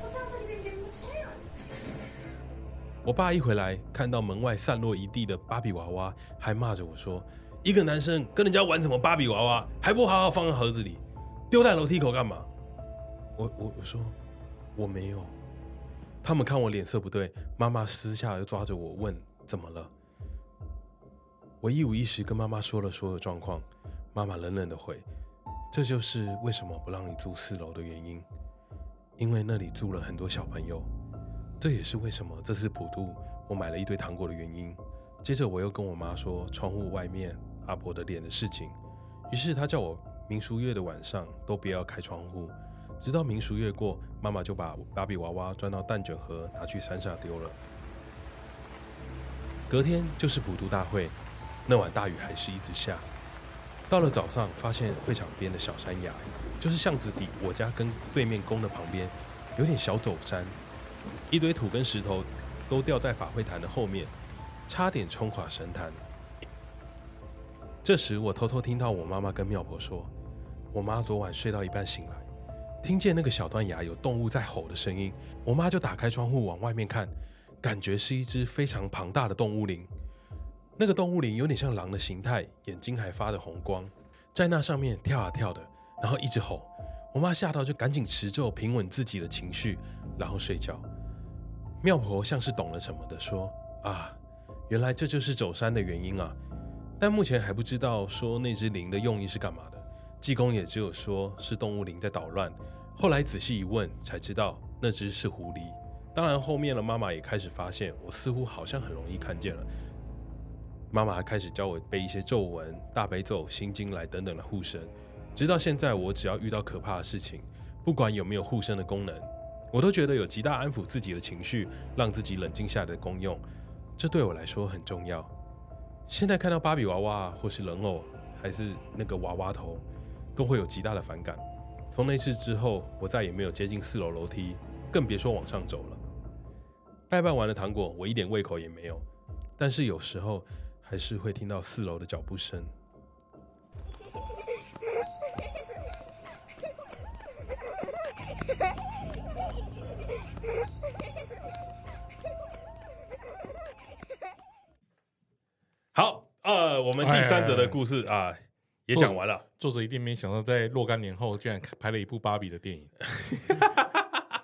Speaker 6: 我爸一回来，看到门外散落一地的芭比娃娃，还骂着我说：“一个男生跟人家玩什么芭比娃娃，还不好好放在盒子里，丢在楼梯口干嘛？”我我我说我没有。他们看我脸色不对，妈妈私下又抓着我问怎么了。我一五一十跟妈妈说了所有状况，妈妈冷冷的回：“这就是为什么不让你住四楼的原因，因为那里住了很多小朋友。这也是为什么这次普渡我买了一堆糖果的原因。”接着我又跟我妈说窗户外面阿婆的脸的事情，于是她叫我民俗月的晚上都不要开窗户，直到民俗月过，妈妈就把芭比娃娃装到蛋卷盒拿去山下丢了。隔天就是普渡大会，那晚大雨还是一直下。到了早上，发现会场边的小山崖，就是巷子底我家跟对面宫的旁边，有点小走山，一堆土跟石头都掉在法会坛的后面，差点冲垮神坛。这时，我偷偷听到我妈妈跟妙婆说，我妈昨晚睡到一半醒来，听见那个小断崖有动物在吼的声音，我妈就打开窗户往外面看，感觉是一只非常庞大的动物灵。那个动物灵有点像狼的形态，眼睛还发着红光，在那上面跳啊跳的，然后一直吼。我妈吓到就赶紧持咒平稳自己的情绪，然后睡觉。妙婆像是懂了什么的说：“啊，原来这就是走山的原因啊！”但目前还不知道说那只灵的用意是干嘛的。济公也只有说是动物灵在捣乱。后来仔细一问才知道那只是狐狸。当然后面的妈妈也开始发现我似乎好像很容易看见了，妈妈开始教我背一些咒文、大悲咒、心经来等等的护身。直到现在，我只要遇到可怕的事情，不管有没有护身的功能，我都觉得有极大安抚自己的情绪、让自己冷静下来的功用。这对我来说很重要。现在看到芭比娃娃或是人偶，还是那个娃娃头，都会有极大的反感。从那次之后，我再也没有接近四楼楼梯，更别说往上走了。拜拜完了糖果，我一点胃口也没有，但是有时候还是会听到四楼的脚步声。好，呃，我们第三者的故事啊、也讲完了。
Speaker 7: 作者一定没想到，在若干年后，居然拍了一部芭比的电
Speaker 6: [laughs]
Speaker 7: 影，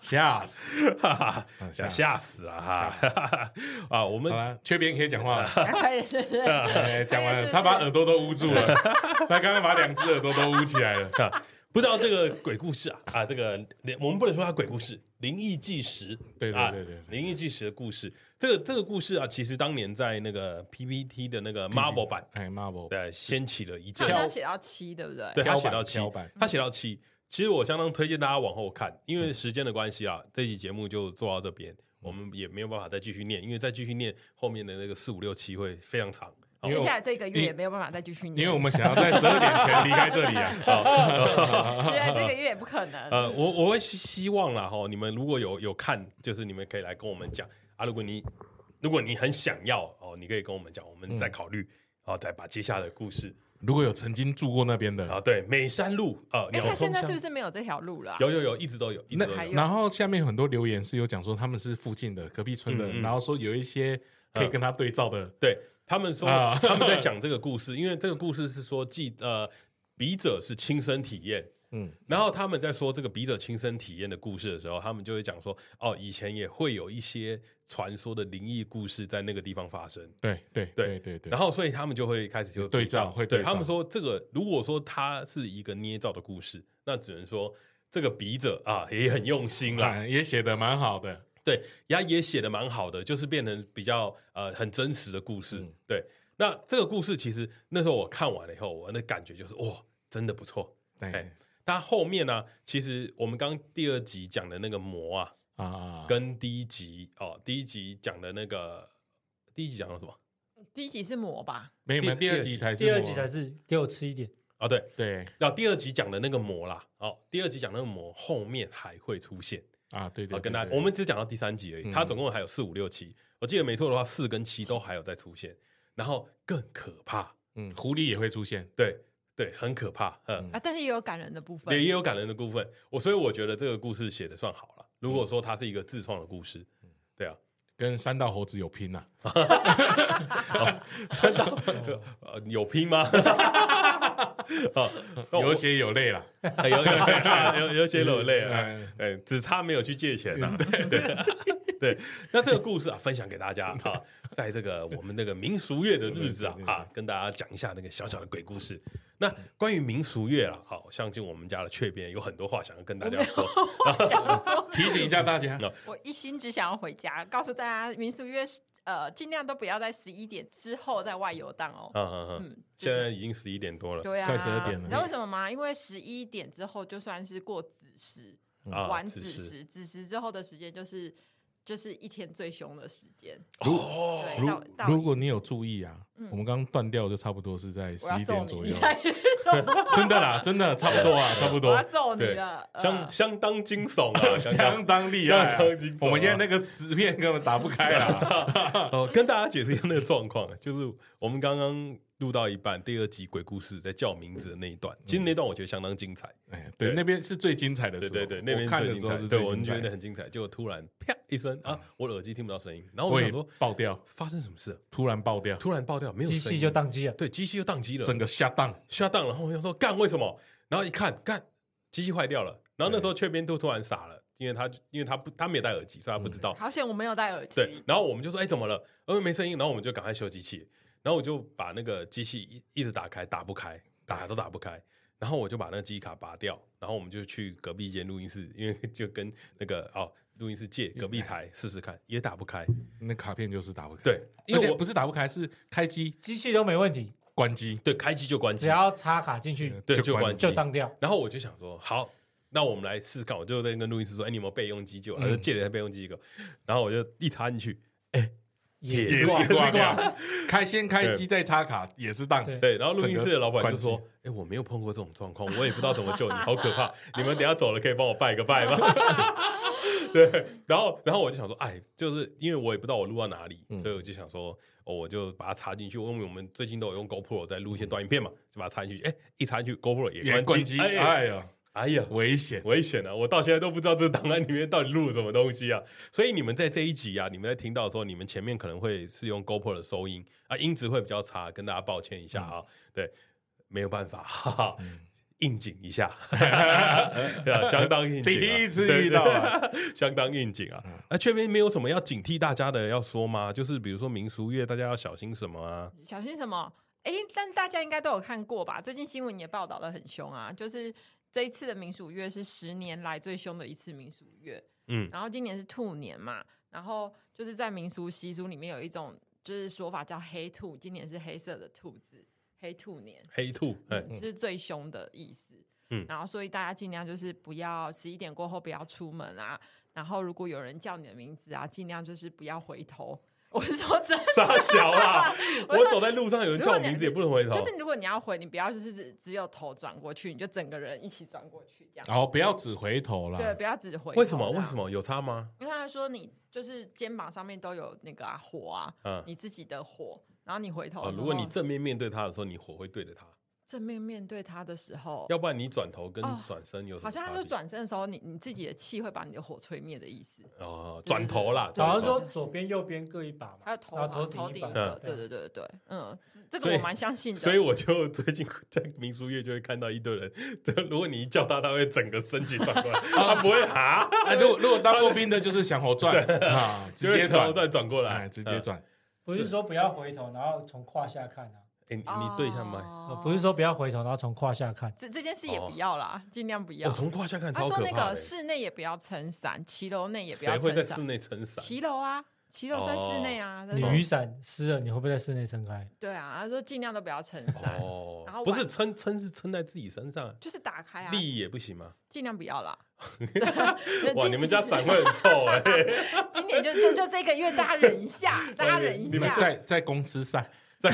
Speaker 7: 吓死！
Speaker 6: 哈哈，
Speaker 7: 吓
Speaker 6: 吓吓死啊！哈，啊，我们
Speaker 7: 好啦，缺边可以讲
Speaker 6: [laughs]
Speaker 7: 话了。
Speaker 3: 啊他也是， [laughs]
Speaker 7: 哎讲完
Speaker 3: 是
Speaker 7: 了，
Speaker 3: 是
Speaker 7: 他把耳朵都捂住了，
Speaker 3: [laughs]
Speaker 7: 他刚刚把两只耳朵都捂起来
Speaker 6: [laughs]
Speaker 7: 了。
Speaker 6: 啊，不知道这个鬼故事啊啊，这个连我们不能说它鬼故事，灵异纪实，
Speaker 7: 对对
Speaker 6: 啊
Speaker 7: 对对对
Speaker 6: 灵异纪实的故事。这个这个故事啊，其实当年在那个 PPT 的那个 Marvel 版，
Speaker 7: 哎，Marvel，
Speaker 6: 对，掀起了一阵
Speaker 3: 好，像写到七，对不对？
Speaker 6: 对他
Speaker 7: 挑
Speaker 6: 写
Speaker 7: 版
Speaker 6: 到七
Speaker 7: 挑版，
Speaker 6: 他写到七。其实我相当推荐大家往后看，因为时间的关系啊，这期节目就做到这边，我们也没有办法再继续念，因为再继续念后面的那个四五六七会非常长。好
Speaker 7: 因为
Speaker 3: 接
Speaker 7: 我
Speaker 3: 下来这个月
Speaker 7: 因
Speaker 3: 也没有办法再继续念，
Speaker 7: 因为我们想要在十二点前离开这里
Speaker 4: [laughs]
Speaker 7: 啊。
Speaker 3: 接下来这个月也不可能。
Speaker 6: 呃，我我会希希望啦哈，你们如果有有看，就是你们可以来跟我们讲啊。如果你哦如果你很想要哦，你可以跟我们讲，我们再考虑，然后再把接下来的故事
Speaker 4: 如果有曾经住过那边的，
Speaker 6: 啊，对，美山路啊，
Speaker 3: 哎，
Speaker 6: 鸟
Speaker 3: 他
Speaker 6: 峰
Speaker 3: 现在
Speaker 6: 乡
Speaker 3: 是不是没有这条路了啊？
Speaker 6: 有有有，一直都有，一直
Speaker 4: 那
Speaker 6: 都
Speaker 3: 还
Speaker 6: 有。
Speaker 3: 有
Speaker 4: 然后下面有很多留言是有讲说他们是附近的隔壁村的，
Speaker 6: 嗯嗯
Speaker 4: 然后说有一些可以跟他对照的，
Speaker 6: 对他们说
Speaker 4: 啊，
Speaker 6: 他们在讲这个故事， [laughs] 因为这个故事是说记呃笔者是亲身体验。嗯
Speaker 4: 嗯，
Speaker 6: 然后他们在说这个笔者亲身体验的故事的时候，他们就会讲说，哦，以前也会有一些传说的灵异故事在那个地方发生。
Speaker 4: 对对
Speaker 6: 对
Speaker 4: 对对对，
Speaker 6: 然后，所以他们就会开始就
Speaker 4: 对照会对
Speaker 6: 对
Speaker 4: 照
Speaker 6: 他们说，这个如果说它是一个捏造的故事，那只能说这个笔者啊也很用心啦，
Speaker 4: 啊也写的蛮好的，
Speaker 6: 对，也也写的蛮好的，就是变成比较呃很真实的故事。
Speaker 4: 嗯
Speaker 6: 对，那这个故事其实那时候我看完了以后，我的感觉就是哇，真的不错。
Speaker 4: 对
Speaker 6: 哎但后面呢、其实我们刚第二集讲的那个魔啊，
Speaker 4: 啊啊，
Speaker 6: 跟第一集哦，第一集讲的那个第一集讲了什么？
Speaker 3: 第一集是魔吧？
Speaker 4: 没有没有，
Speaker 6: 第
Speaker 4: 第
Speaker 6: 二
Speaker 4: 二集才是
Speaker 2: 第二
Speaker 4: 我
Speaker 2: 集才是给我吃一点，
Speaker 6: 哦，对，
Speaker 4: 对
Speaker 6: 那第二集讲的那个魔啦，哦，第二集讲那个魔后面还会出现。
Speaker 4: 啊，对
Speaker 6: 啊，
Speaker 4: 对，对
Speaker 6: 跟大家，我们只讲到第三集而已，
Speaker 4: 嗯
Speaker 6: 它总共还有四五六期，我记得没错的话，四跟七都还有在出现，然后更可怕，
Speaker 4: 嗯，狐狸也会出现，
Speaker 6: 对对，很可怕，嗯
Speaker 4: 嗯，
Speaker 3: 啊，但是也有感人的部分
Speaker 6: 也。也有感人的部分，我所以我觉得这个故事写的算好了，如果说它是一个自创的故事，对啊，
Speaker 4: 跟三道猴子有拼啊呐，
Speaker 6: 三道
Speaker 2: 哦
Speaker 6: 呃有
Speaker 4: [laughs]
Speaker 6: 拼吗？啊，那我
Speaker 4: 有血有泪啦，
Speaker 6: 有有有
Speaker 4: [laughs]
Speaker 6: 有些流泪啊，
Speaker 4: 嗯
Speaker 6: 哎，只差没有去借钱呐、 [laughs] 对对对，那这个故事啊，分享给大家啊，在这个我们那个民俗月的日子啊
Speaker 4: 对对对
Speaker 6: 啊，跟大家讲一下那个小小的鬼故事。那关于民俗月啊，好，相信我们家的雀边有很多话想要跟大家说。
Speaker 3: 想说
Speaker 4: 提醒一下大家，
Speaker 3: 我一心只想要回家，告诉大家民俗约呃，尽量都不要在十一点之后在外游荡哦。
Speaker 6: 嗯嗯嗯，
Speaker 3: 嗯，
Speaker 6: 现在已经十一点多了
Speaker 3: 对啊，
Speaker 4: 快12点了
Speaker 3: 你知道为什么吗？因为十一点之后就算是过子时，
Speaker 6: 啊，
Speaker 3: 晚子
Speaker 6: 此时
Speaker 3: 时，子时之后的时间就是就是一天最凶的时间。
Speaker 6: 哦，
Speaker 3: 对，到
Speaker 4: 如
Speaker 3: 到嗯
Speaker 4: 如果你有注意啊，我们刚刚断掉就差不多是在十
Speaker 3: 我要
Speaker 4: 一
Speaker 3: 揍
Speaker 4: 点
Speaker 3: 你，
Speaker 4: 左
Speaker 3: 你
Speaker 4: 右，
Speaker 3: 才去
Speaker 4: [laughs]
Speaker 3: 说
Speaker 4: 真的啦，真的差不多啊，差不
Speaker 3: 我
Speaker 4: 多
Speaker 3: 要，揍你
Speaker 6: 对
Speaker 3: 了。呃
Speaker 6: 相相当惊悚
Speaker 4: [laughs]
Speaker 6: 啊，相当
Speaker 4: 相当厉害啊
Speaker 6: 相当惊悚啊，
Speaker 4: 我们现在那个磁片根本打不开啊啦，
Speaker 6: [laughs] 哦，跟大家解释一下那个状况，啊就是我们刚刚录到一半，第二集鬼故事在叫名字的那一段，其实那段我觉得相当精彩。
Speaker 4: 哎，对，
Speaker 6: 对
Speaker 4: 那边是最精彩的时
Speaker 6: 对
Speaker 4: 候，
Speaker 6: 对对，那边
Speaker 4: 我看
Speaker 6: 最
Speaker 4: 的
Speaker 6: 精
Speaker 4: 时候
Speaker 6: 彩
Speaker 4: 是
Speaker 6: 对
Speaker 4: 最
Speaker 6: 我们
Speaker 4: 精
Speaker 6: 觉
Speaker 4: 彩
Speaker 6: 得
Speaker 4: 的，
Speaker 6: 很精彩，结果突然啪一声啊，我的耳机听不到声音，然后我
Speaker 4: 我
Speaker 6: 想
Speaker 4: 也
Speaker 6: 说
Speaker 4: 爆掉，
Speaker 6: 发生什么事了？
Speaker 4: 突然爆掉，
Speaker 6: 突然爆掉，没有
Speaker 2: 机
Speaker 6: 声
Speaker 2: 器
Speaker 6: 音
Speaker 2: 就宕机了。
Speaker 6: 对，机器就宕机了，
Speaker 4: 整个下档，
Speaker 6: 下档，然后我想说干为什么？然后一看干机器坏掉了，然后那时候雀边兔突然傻了，因为他因为他不他没有戴耳机，所以
Speaker 4: 嗯
Speaker 6: 他不知道。
Speaker 3: 好险，我没有戴耳
Speaker 6: 对
Speaker 3: 机，。
Speaker 6: 然后我们就说：“哎、怎么了？”呃，没声音。然后我们就赶快修机器，然后我就把那个机器一一直打开，打不开，打都打不开。然后我就把那个记忆卡拔掉，然后我们就去隔壁间录音室，因为 [laughs] 就跟那个哦录音室借隔壁台试试看，也打不开。
Speaker 4: 那卡片就是打不开，
Speaker 6: 对，因
Speaker 4: 而
Speaker 6: 为
Speaker 4: 且
Speaker 6: 我
Speaker 4: 不是打不开，是开机
Speaker 2: 机器都没问题，
Speaker 4: 关机，
Speaker 6: 对开机就关
Speaker 2: 只
Speaker 4: 啊
Speaker 6: 机，
Speaker 2: 要插卡进去
Speaker 6: 对
Speaker 4: 就
Speaker 6: 就
Speaker 4: 关
Speaker 6: 关机
Speaker 2: 就。当掉。
Speaker 6: 然后我就想说，好，那我们来试试看。我就在跟录音师说：“哎、你有没有备用机
Speaker 4: 嗯
Speaker 6: 就他就借了一台备用机给我，然后我就一插进去，
Speaker 2: 也
Speaker 4: 也
Speaker 2: 是
Speaker 4: 是
Speaker 2: 挂
Speaker 4: 挂掉，开先开机再插卡也是档，
Speaker 2: 对
Speaker 6: 对，然后录音室的老板就说
Speaker 4: 整个关：“
Speaker 6: 哎、我没有碰过这种状况，我也不知道怎么救你，好可怕！ [laughs] 你们等一下走了可以帮我拜个拜吗？” [laughs] 对，然后然后我就想说，哎，就是因为我也不知道我录到哪里，
Speaker 4: 嗯
Speaker 6: 所以我就想说，哦，我就把它插进去，因为我们最近都有用 GoPro 在录一些短影片嘛，就把它插进去，哎，一插进去 GoPro 也
Speaker 4: 也
Speaker 6: 关
Speaker 4: 关
Speaker 6: 机，
Speaker 4: 机，
Speaker 6: 哎
Speaker 4: 哎呀，
Speaker 6: 哎呀，
Speaker 4: 危
Speaker 6: [laughs]
Speaker 4: 险，
Speaker 6: 危险啊！我到现在都不知道这档案里面到底录了什么东西啊！所以你们在这一集啊，你们在听到的时候，你们前面可能会是用 GoPro 的收音啊，音质会比较差，跟大家抱歉一下啊。对，没有办法，哈哈，
Speaker 4: 嗯
Speaker 6: 应景一下， [laughs] 对啊，相当
Speaker 7: [laughs]
Speaker 6: 应景、
Speaker 4: [laughs]
Speaker 6: 啊。
Speaker 4: 第一次遇到啊
Speaker 6: 对，对对相当应景啊。
Speaker 7: 嗯
Speaker 6: 啊，这边没有什么要警惕大家的要说吗？就是比如说民俗月，大家要小心什么啊？
Speaker 3: 小心什么？哎，但大家应该都有看过吧？最近新闻也报道的很凶啊，就是这一次的民俗月是十年来最凶的一次民俗月，
Speaker 6: 嗯
Speaker 3: 然后今年是兔年嘛，然后就是在民俗习俗里面有一种就是说法叫黑兔，今年是黑色的兔子，黑兔年，
Speaker 6: 黑兔，哎、
Speaker 3: 嗯，就是最凶的意思。
Speaker 6: 嗯
Speaker 3: 然后所以大家尽量就是不要十一点过后不要出门啊，然后如果有人叫你的名字啊，尽量就是不要回头。我是说真的，
Speaker 6: 傻小啦！
Speaker 3: [laughs] 我
Speaker 6: 我走在路上，有人
Speaker 3: 如果
Speaker 6: 叫我
Speaker 3: 你
Speaker 6: 名字也不能回头。
Speaker 3: 就是如果你要回，你不要就是只只有头转过去，你就整个人一起转过去这样。
Speaker 4: 然哦
Speaker 6: 哦
Speaker 4: 后不要只回头啦，
Speaker 3: 对，不要只回。
Speaker 6: 为什么？为什？么有差吗？
Speaker 3: 因为他说你就是肩膀上面都有那个啊火啊，
Speaker 6: 嗯，
Speaker 3: 你自己的火，然后你回头的
Speaker 6: 哦，
Speaker 3: 时候、
Speaker 6: 如果你正面面对他的时候，你火会对着他。
Speaker 3: 正面面对他的时候，
Speaker 6: 要不然你转头跟
Speaker 3: 哦
Speaker 6: 转身有什
Speaker 3: 好
Speaker 6: 么
Speaker 3: 像
Speaker 6: 差
Speaker 3: 他
Speaker 6: 别？
Speaker 3: 就转身的时候，你你自己的气会把你的火吹灭的意
Speaker 2: 嗯
Speaker 3: 思。
Speaker 6: 哦，转头啦，
Speaker 2: 好
Speaker 6: 转
Speaker 2: 像说
Speaker 6: 头。
Speaker 2: 左边右边各一把嘛，
Speaker 3: 还有头
Speaker 2: 然
Speaker 3: 嘛
Speaker 2: 后
Speaker 3: 头
Speaker 2: 顶把，
Speaker 3: 顶个，
Speaker 2: 对
Speaker 3: 对对对对对，嗯，这
Speaker 6: 所
Speaker 3: 个
Speaker 6: 以
Speaker 3: 我蛮相信的。
Speaker 6: 所以我就最近在民俗月就会看到一堆人，如果你一叫他，他会整个身体转
Speaker 4: [laughs]
Speaker 6: 过来，他不会啊，
Speaker 4: 啊，如果如果当
Speaker 6: [laughs]
Speaker 4: 过兵的，就是想猴转啊，直接转，
Speaker 6: 再转过
Speaker 4: 哎，
Speaker 6: 来，
Speaker 4: 直接
Speaker 6: 嗯。
Speaker 4: 转。
Speaker 2: 不是说不要回头，然后从胯下看啊，
Speaker 6: 哎，你你对一下麦，
Speaker 3: 哦
Speaker 2: 不是说不要回头，然后从胯下看。
Speaker 3: 这这件事也
Speaker 6: 哦
Speaker 3: 不要啦，尽量不要
Speaker 6: 我。从胯下看
Speaker 3: 他
Speaker 6: 超
Speaker 3: 说
Speaker 6: 可
Speaker 3: 那
Speaker 6: 怕
Speaker 3: 个
Speaker 6: 的。欸
Speaker 3: 室内也不要撑伞，骑楼内也不
Speaker 6: 谁
Speaker 3: 要
Speaker 6: 会在
Speaker 3: 撑伞。
Speaker 6: 室内哦撑伞？
Speaker 3: 骑楼啊，骑楼算室内啊，对
Speaker 2: 你
Speaker 3: 不对
Speaker 2: 雨伞湿了，你会不会在室内撑开？
Speaker 3: 对啊，他说尽量都不要撑伞，
Speaker 6: 哦
Speaker 3: 然后，
Speaker 6: 不
Speaker 3: 晚
Speaker 6: 是撑撑是撑在自己身上，
Speaker 3: 就是打开啊，
Speaker 6: 立也不行
Speaker 3: [laughs]
Speaker 6: 吗？
Speaker 3: 尽量不要
Speaker 6: [laughs]
Speaker 3: 啦。
Speaker 6: 哇，
Speaker 3: 哇
Speaker 6: 你们家伞会很
Speaker 3: [laughs]
Speaker 6: 臭哎！
Speaker 3: 今年就就就这个月，大家忍一下，
Speaker 6: 哦
Speaker 3: 大家忍一
Speaker 4: 你们
Speaker 3: 下。
Speaker 4: 在在公司晒，在